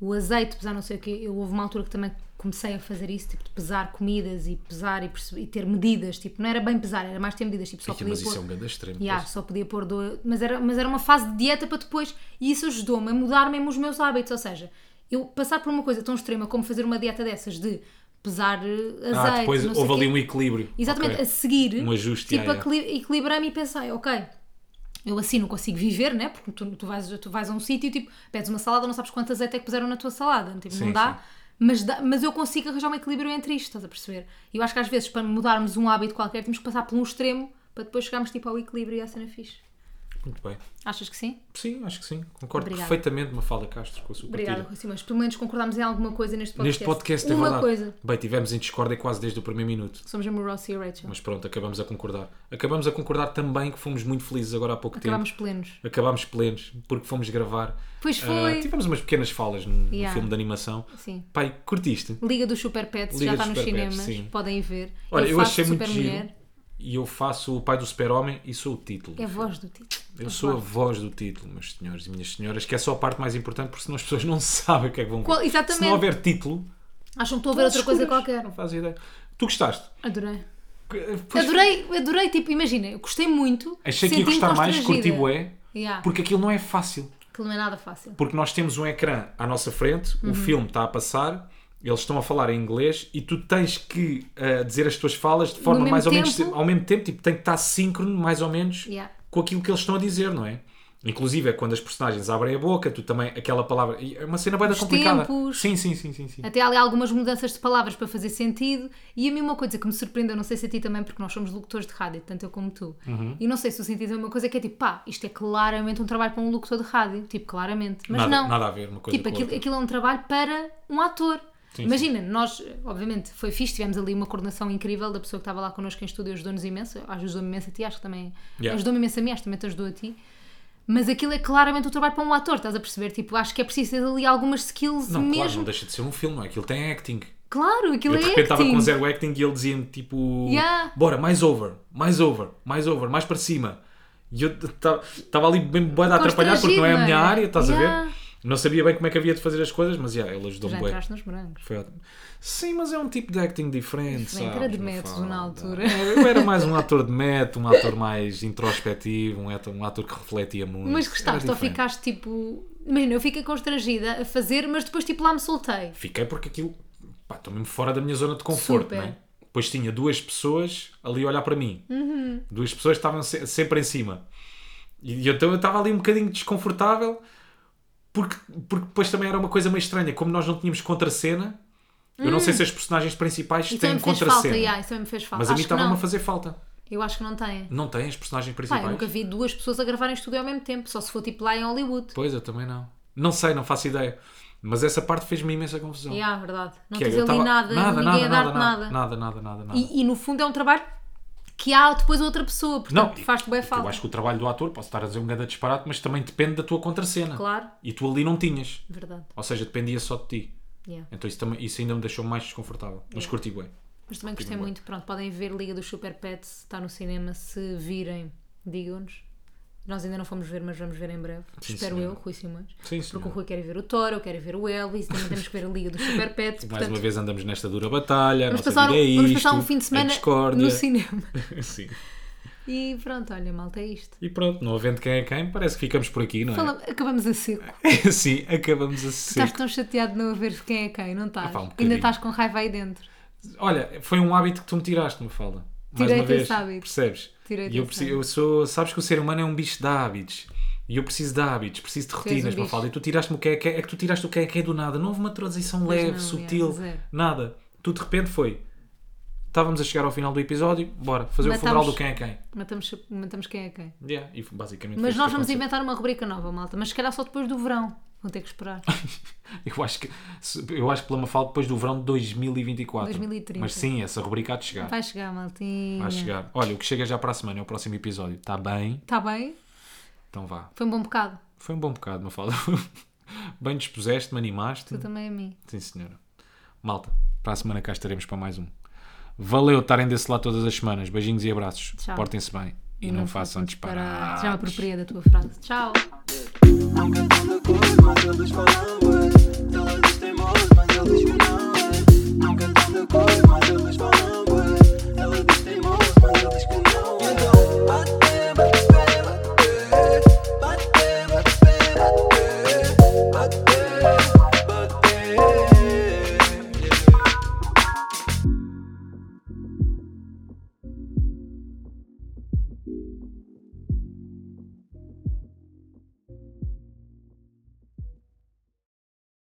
Speaker 1: o azeite, pesar não sei o quê. Eu houve uma altura que também comecei a fazer isso, tipo de pesar comidas e pesar e, perce- e ter medidas. Tipo, não era bem pesar, era mais ter medidas. Tipo, só
Speaker 2: Aqui,
Speaker 1: podia
Speaker 2: mas isso
Speaker 1: pôr-
Speaker 2: é um grande extremo.
Speaker 1: Ya,
Speaker 2: pois.
Speaker 1: só podia pôr do... mas, era, mas era uma fase de dieta para depois. E isso ajudou-me a mudar mesmo os meus hábitos. Ou seja, eu passar por uma coisa tão extrema como fazer uma dieta dessas de pesar eh, azeite.
Speaker 2: ah, depois
Speaker 1: não sei
Speaker 2: houve ali
Speaker 1: quê.
Speaker 2: um equilíbrio.
Speaker 1: Exatamente,
Speaker 2: Ok.
Speaker 1: a seguir,
Speaker 2: Um ajuste,
Speaker 1: tipo,
Speaker 2: ya, ya.
Speaker 1: equili- equilibrei-me e pensei, ok, eu assim não consigo viver, né? Porque tu, tu, vais, tu vais a um sítio tipo, pedes uma salada, não sabes quanto azeite é que puseram na tua salada, tipo,
Speaker 2: Sim,
Speaker 1: não dá.
Speaker 2: sim.
Speaker 1: Mas, dá- mas eu consigo arranjar um equilíbrio entre isto, estás a perceber? E eu acho que às vezes, para mudarmos um hábito qualquer, temos que passar por um extremo para depois chegarmos tipo, ao equilíbrio e à cena fixe.
Speaker 2: Muito bem.
Speaker 1: Achas que sim?
Speaker 2: Sim, acho que sim. Concordo
Speaker 1: é Obrigada.
Speaker 2: perfeitamente, Mafalda Castro, com a sua
Speaker 1: Obrigada,
Speaker 2: partida.
Speaker 1: Rui Simões. Pelo menos concordamos em alguma coisa neste podcast.
Speaker 2: Neste podcast é
Speaker 1: Uma
Speaker 2: verdade.
Speaker 1: coisa.
Speaker 2: Bem, tivemos em discórdia quase desde o primeiro minuto.
Speaker 1: Somos mesmo o Ross e a Rachel.
Speaker 2: Mas pronto, acabamos a concordar. Acabamos a concordar também que fomos muito felizes agora há pouco
Speaker 1: Acabámos
Speaker 2: tempo.
Speaker 1: plenos.
Speaker 2: Acabámos plenos, porque fomos gravar.
Speaker 1: Pois
Speaker 2: Ah,
Speaker 1: foi.
Speaker 2: tivemos umas pequenas falas num num
Speaker 1: Yeah.
Speaker 2: filme de animação.
Speaker 1: Sim.
Speaker 2: Pai, curtiste?
Speaker 1: Liga dos Super Pets,
Speaker 2: Liga
Speaker 1: já está
Speaker 2: dos
Speaker 1: nos
Speaker 2: Super Pets,
Speaker 1: cinemas,
Speaker 2: sim.
Speaker 1: podem ir ver.
Speaker 2: Olha, eu,
Speaker 1: faço
Speaker 2: achei muito
Speaker 1: Supermulher.
Speaker 2: giro. E eu faço o pai do super-homem e sou o título.
Speaker 1: É a voz do título.
Speaker 2: Eu
Speaker 1: A
Speaker 2: sou a
Speaker 1: voz.
Speaker 2: voz do título, meus senhores e minhas senhoras, que é só a parte mais importante, porque senão as pessoas não sabem o que é que vão ver.
Speaker 1: Qual- exatamente.
Speaker 2: Se não houver título,
Speaker 1: Acham que estou a ver outra coisa qualquer.
Speaker 2: Não fazes ideia. Tu gostaste?
Speaker 1: Adorei.
Speaker 2: Que- eh, pois-
Speaker 1: Adorei, adorei, tipo, imagina, eu gostei muito.
Speaker 2: Achei que
Speaker 1: senti-me
Speaker 2: ia gostar mais,
Speaker 1: constrangida.
Speaker 2: curti bué,
Speaker 1: Yeah,
Speaker 2: porque aquilo não é fácil.
Speaker 1: Aquilo não é nada fácil.
Speaker 2: Porque nós temos um ecrã à nossa frente,
Speaker 1: Uhum.
Speaker 2: o filme está a passar, eles estão a falar em inglês e tu tens que ah, dizer as tuas falas de forma
Speaker 1: mesmo
Speaker 2: mais ou menos
Speaker 1: tempo.
Speaker 2: ao mesmo tempo, tipo, tem que estar síncrono mais ou menos
Speaker 1: Yeah.
Speaker 2: com aquilo que eles estão a dizer, não é? Inclusive é quando as personagens abrem a boca, tu também aquela palavra, e é uma cena bem complicada.
Speaker 1: tempos.
Speaker 2: Sim, sim, sim, sim, sim.
Speaker 1: Até há ali algumas mudanças de palavras para fazer sentido. E a mesma coisa que me surpreendeu, não sei se a ti também, porque nós somos locutores de rádio, tanto eu como tu.
Speaker 2: Uhum.
Speaker 1: E não sei se tu sentiste a mesma coisa que é tipo, pá, isto é claramente um trabalho para um locutor de rádio. Tipo, claramente. Mas
Speaker 2: nada,
Speaker 1: não.
Speaker 2: nada a ver, uma coisa
Speaker 1: Tipo,
Speaker 2: com a
Speaker 1: aquilo,
Speaker 2: outra.
Speaker 1: aquilo é um trabalho para um ator.
Speaker 2: Sim,
Speaker 1: Imagina, nós, obviamente, foi fixe, tivemos ali uma coordenação incrível da pessoa que estava lá connosco em estúdio, ajudou-nos imenso, ah, ajudou-me imenso a ti, acho que também
Speaker 2: Yeah.
Speaker 1: ajudou-me imenso a mim, acho que também te ajudou a ti. Mas aquilo é claramente um trabalho para um ator, estás a perceber? Tipo, acho que é preciso ter ali algumas skills
Speaker 2: Não, claro, não
Speaker 1: mesmo.
Speaker 2: deixa de ser um filme, não é? Aquilo tem acting.
Speaker 1: Claro, aquilo
Speaker 2: Eu de
Speaker 1: é
Speaker 2: repente estava
Speaker 1: acting.
Speaker 2: com zero acting e ele dizia-me tipo:
Speaker 1: Yeah.
Speaker 2: Bora, mais over, mais over, mais over, mais para cima. E eu estava ali bem boeda atrapalhado porque não é a
Speaker 1: Constrangido,
Speaker 2: minha
Speaker 1: não é?
Speaker 2: área, estás a
Speaker 1: Yeah.
Speaker 2: ver? Não sabia bem como é que havia de fazer as coisas, mas yeah, ele
Speaker 1: Já
Speaker 2: ajudou-me bem.
Speaker 1: entraste nos brancos.
Speaker 2: Foi ótimo. Sim, mas é um tipo de acting diferente,
Speaker 1: Diferente.
Speaker 2: sabes?
Speaker 1: Era de
Speaker 2: não
Speaker 1: método
Speaker 2: fala,
Speaker 1: na
Speaker 2: não.
Speaker 1: altura.
Speaker 2: Era- Eu era mais um ator de método, um ator mais introspectivo, um ator, um ator que refletia muito.
Speaker 1: Mas
Speaker 2: Era
Speaker 1: gostaste ou
Speaker 2: diferente.
Speaker 1: ficaste tipo. Imagina, eu fiquei constrangida a fazer, mas depois tipo lá me soltei.
Speaker 2: Fiquei porque aquilo. pá, estou mesmo fora da minha zona de conforto,
Speaker 1: Super.
Speaker 2: né? Depois tinha duas pessoas ali a olhar para mim. Duas pessoas que estavam se- sempre em cima. E eu então eu estava ali um bocadinho desconfortável, porque, porque depois também era uma coisa meio estranha. Como nós não tínhamos contracena, eu não sei se as personagens principais
Speaker 1: Isso também
Speaker 2: têm
Speaker 1: me fez Então falta,
Speaker 2: contracena.
Speaker 1: yeah, isso também me fez falta.
Speaker 2: Mas a mim
Speaker 1: acho que
Speaker 2: estava-me
Speaker 1: não.
Speaker 2: a fazer falta.
Speaker 1: Eu acho que não tem.
Speaker 2: Não tem as personagens
Speaker 1: Pá,
Speaker 2: principais.
Speaker 1: eu nunca vi duas pessoas a gravarem estúdio ao mesmo tempo, só se for tipo lá em Hollywood.
Speaker 2: Pois, eu também não. Não sei, não faço ideia. Mas essa parte fez-me imensa confusão.
Speaker 1: É, yeah, verdade. Não
Speaker 2: Que é,
Speaker 1: tens
Speaker 2: eu
Speaker 1: ali
Speaker 2: tava-
Speaker 1: nada, ninguém a dar-te nada.
Speaker 2: nada. Nada, nada, nada, nada.
Speaker 1: E, e, no fundo é um trabalho que há depois outra pessoa,
Speaker 2: Não,
Speaker 1: portanto faz-te bem
Speaker 2: porque
Speaker 1: falta.
Speaker 2: Eu acho que o trabalho do ator, posso estar a dizer um grande disparate, mas também depende da tua contracena.
Speaker 1: Claro.
Speaker 2: E tu ali não tinhas.
Speaker 1: Verdade.
Speaker 2: Ou seja, dependia só de ti.
Speaker 1: yeah.
Speaker 2: Então isso, também, isso ainda me deixou mais desconfortável. Mas curti bem.
Speaker 1: Mas também gostei muito. Pronto, podem ver Liga dos Super Pets, está no cinema. Se virem, digam-nos. Nós ainda não fomos ver, mas vamos ver em breve.
Speaker 2: Sim,
Speaker 1: Espero
Speaker 2: senhora.
Speaker 1: eu, Rui Simões. Porque
Speaker 2: Sim,
Speaker 1: o
Speaker 2: senhora.
Speaker 1: Rui quer ir ver o Thor, eu quero ir ver o Elvis, também temos que ver a Liga dos Super Pets.
Speaker 2: Mais uma
Speaker 1: Portanto,
Speaker 2: vez andamos nesta dura batalha.
Speaker 1: vamos
Speaker 2: a nossa
Speaker 1: passar,
Speaker 2: vida é
Speaker 1: um, vamos
Speaker 2: isto,
Speaker 1: passar um fim de
Speaker 2: a
Speaker 1: semana
Speaker 2: discórdia.
Speaker 1: no cinema.
Speaker 2: Sim.
Speaker 1: E pronto, olha, malta, é isto.
Speaker 2: E pronto, não havendo quem é quem, parece que ficamos por aqui, não é?
Speaker 1: Fala- acabamos a seco.
Speaker 2: Sim, acabamos a ser.
Speaker 1: Estás tão chateado de não ver quem é quem, não estás?
Speaker 2: Ah pá, um
Speaker 1: Ainda
Speaker 2: bocadinho.
Speaker 1: estás com raiva aí dentro.
Speaker 2: Olha, foi um hábito que tu me tiraste, me fala.
Speaker 1: Tirei-te esse hábito.
Speaker 2: Percebes?
Speaker 1: Tirei-te
Speaker 2: e eu,
Speaker 1: esse
Speaker 2: preciso, eu sou. Sabes que o ser humano é um bicho de hábitos. E eu preciso de hábitos, preciso de
Speaker 1: és
Speaker 2: rotinas,
Speaker 1: um
Speaker 2: me fala. E tu tiraste-me o que é que é. É que tu tiraste o que é que é do nada. Não houve uma transição leve,
Speaker 1: não, é,
Speaker 2: sutil,
Speaker 1: zero.
Speaker 2: nada. Tu de repente foi. Estávamos a chegar ao final do episódio, bora fazer
Speaker 1: Matamos.
Speaker 2: o funeral do quem é quem.
Speaker 1: Matamos, matamos quem é quem.
Speaker 2: Yeah, e basicamente foi
Speaker 1: Mas
Speaker 2: isto
Speaker 1: nós vamos
Speaker 2: que aconteceu.
Speaker 1: inventar uma rubrica nova, malta. Mas se calhar só depois do verão. Vão ter que esperar.
Speaker 2: Eu acho que, se- eu acho que pela Mafalda depois do verão de 2024.
Speaker 1: 2030.
Speaker 2: Mas sim, essa rubrica há de chegar.
Speaker 1: Vai chegar, maltinha.
Speaker 2: Vai chegar. Olha, o que chega já para a semana é o próximo episódio. Está bem?
Speaker 1: Está Tá bem?
Speaker 2: Então vá.
Speaker 1: Foi um bom bocado.
Speaker 2: Foi um bom bocado, Mafalda. Bem dispuseste, me animaste.
Speaker 1: Tu também a mim.
Speaker 2: Sim, senhora. Malta, para a semana cá estaremos para mais um. Valeu estarem desse lado todas as semanas. Beijinhos e abraços.
Speaker 1: Tchau.
Speaker 2: Portem-se bem e, não, façam disparates.
Speaker 1: Já me apropriei da tua frase. Tchau.
Speaker 3: Nunca tão de cor, mas eles falam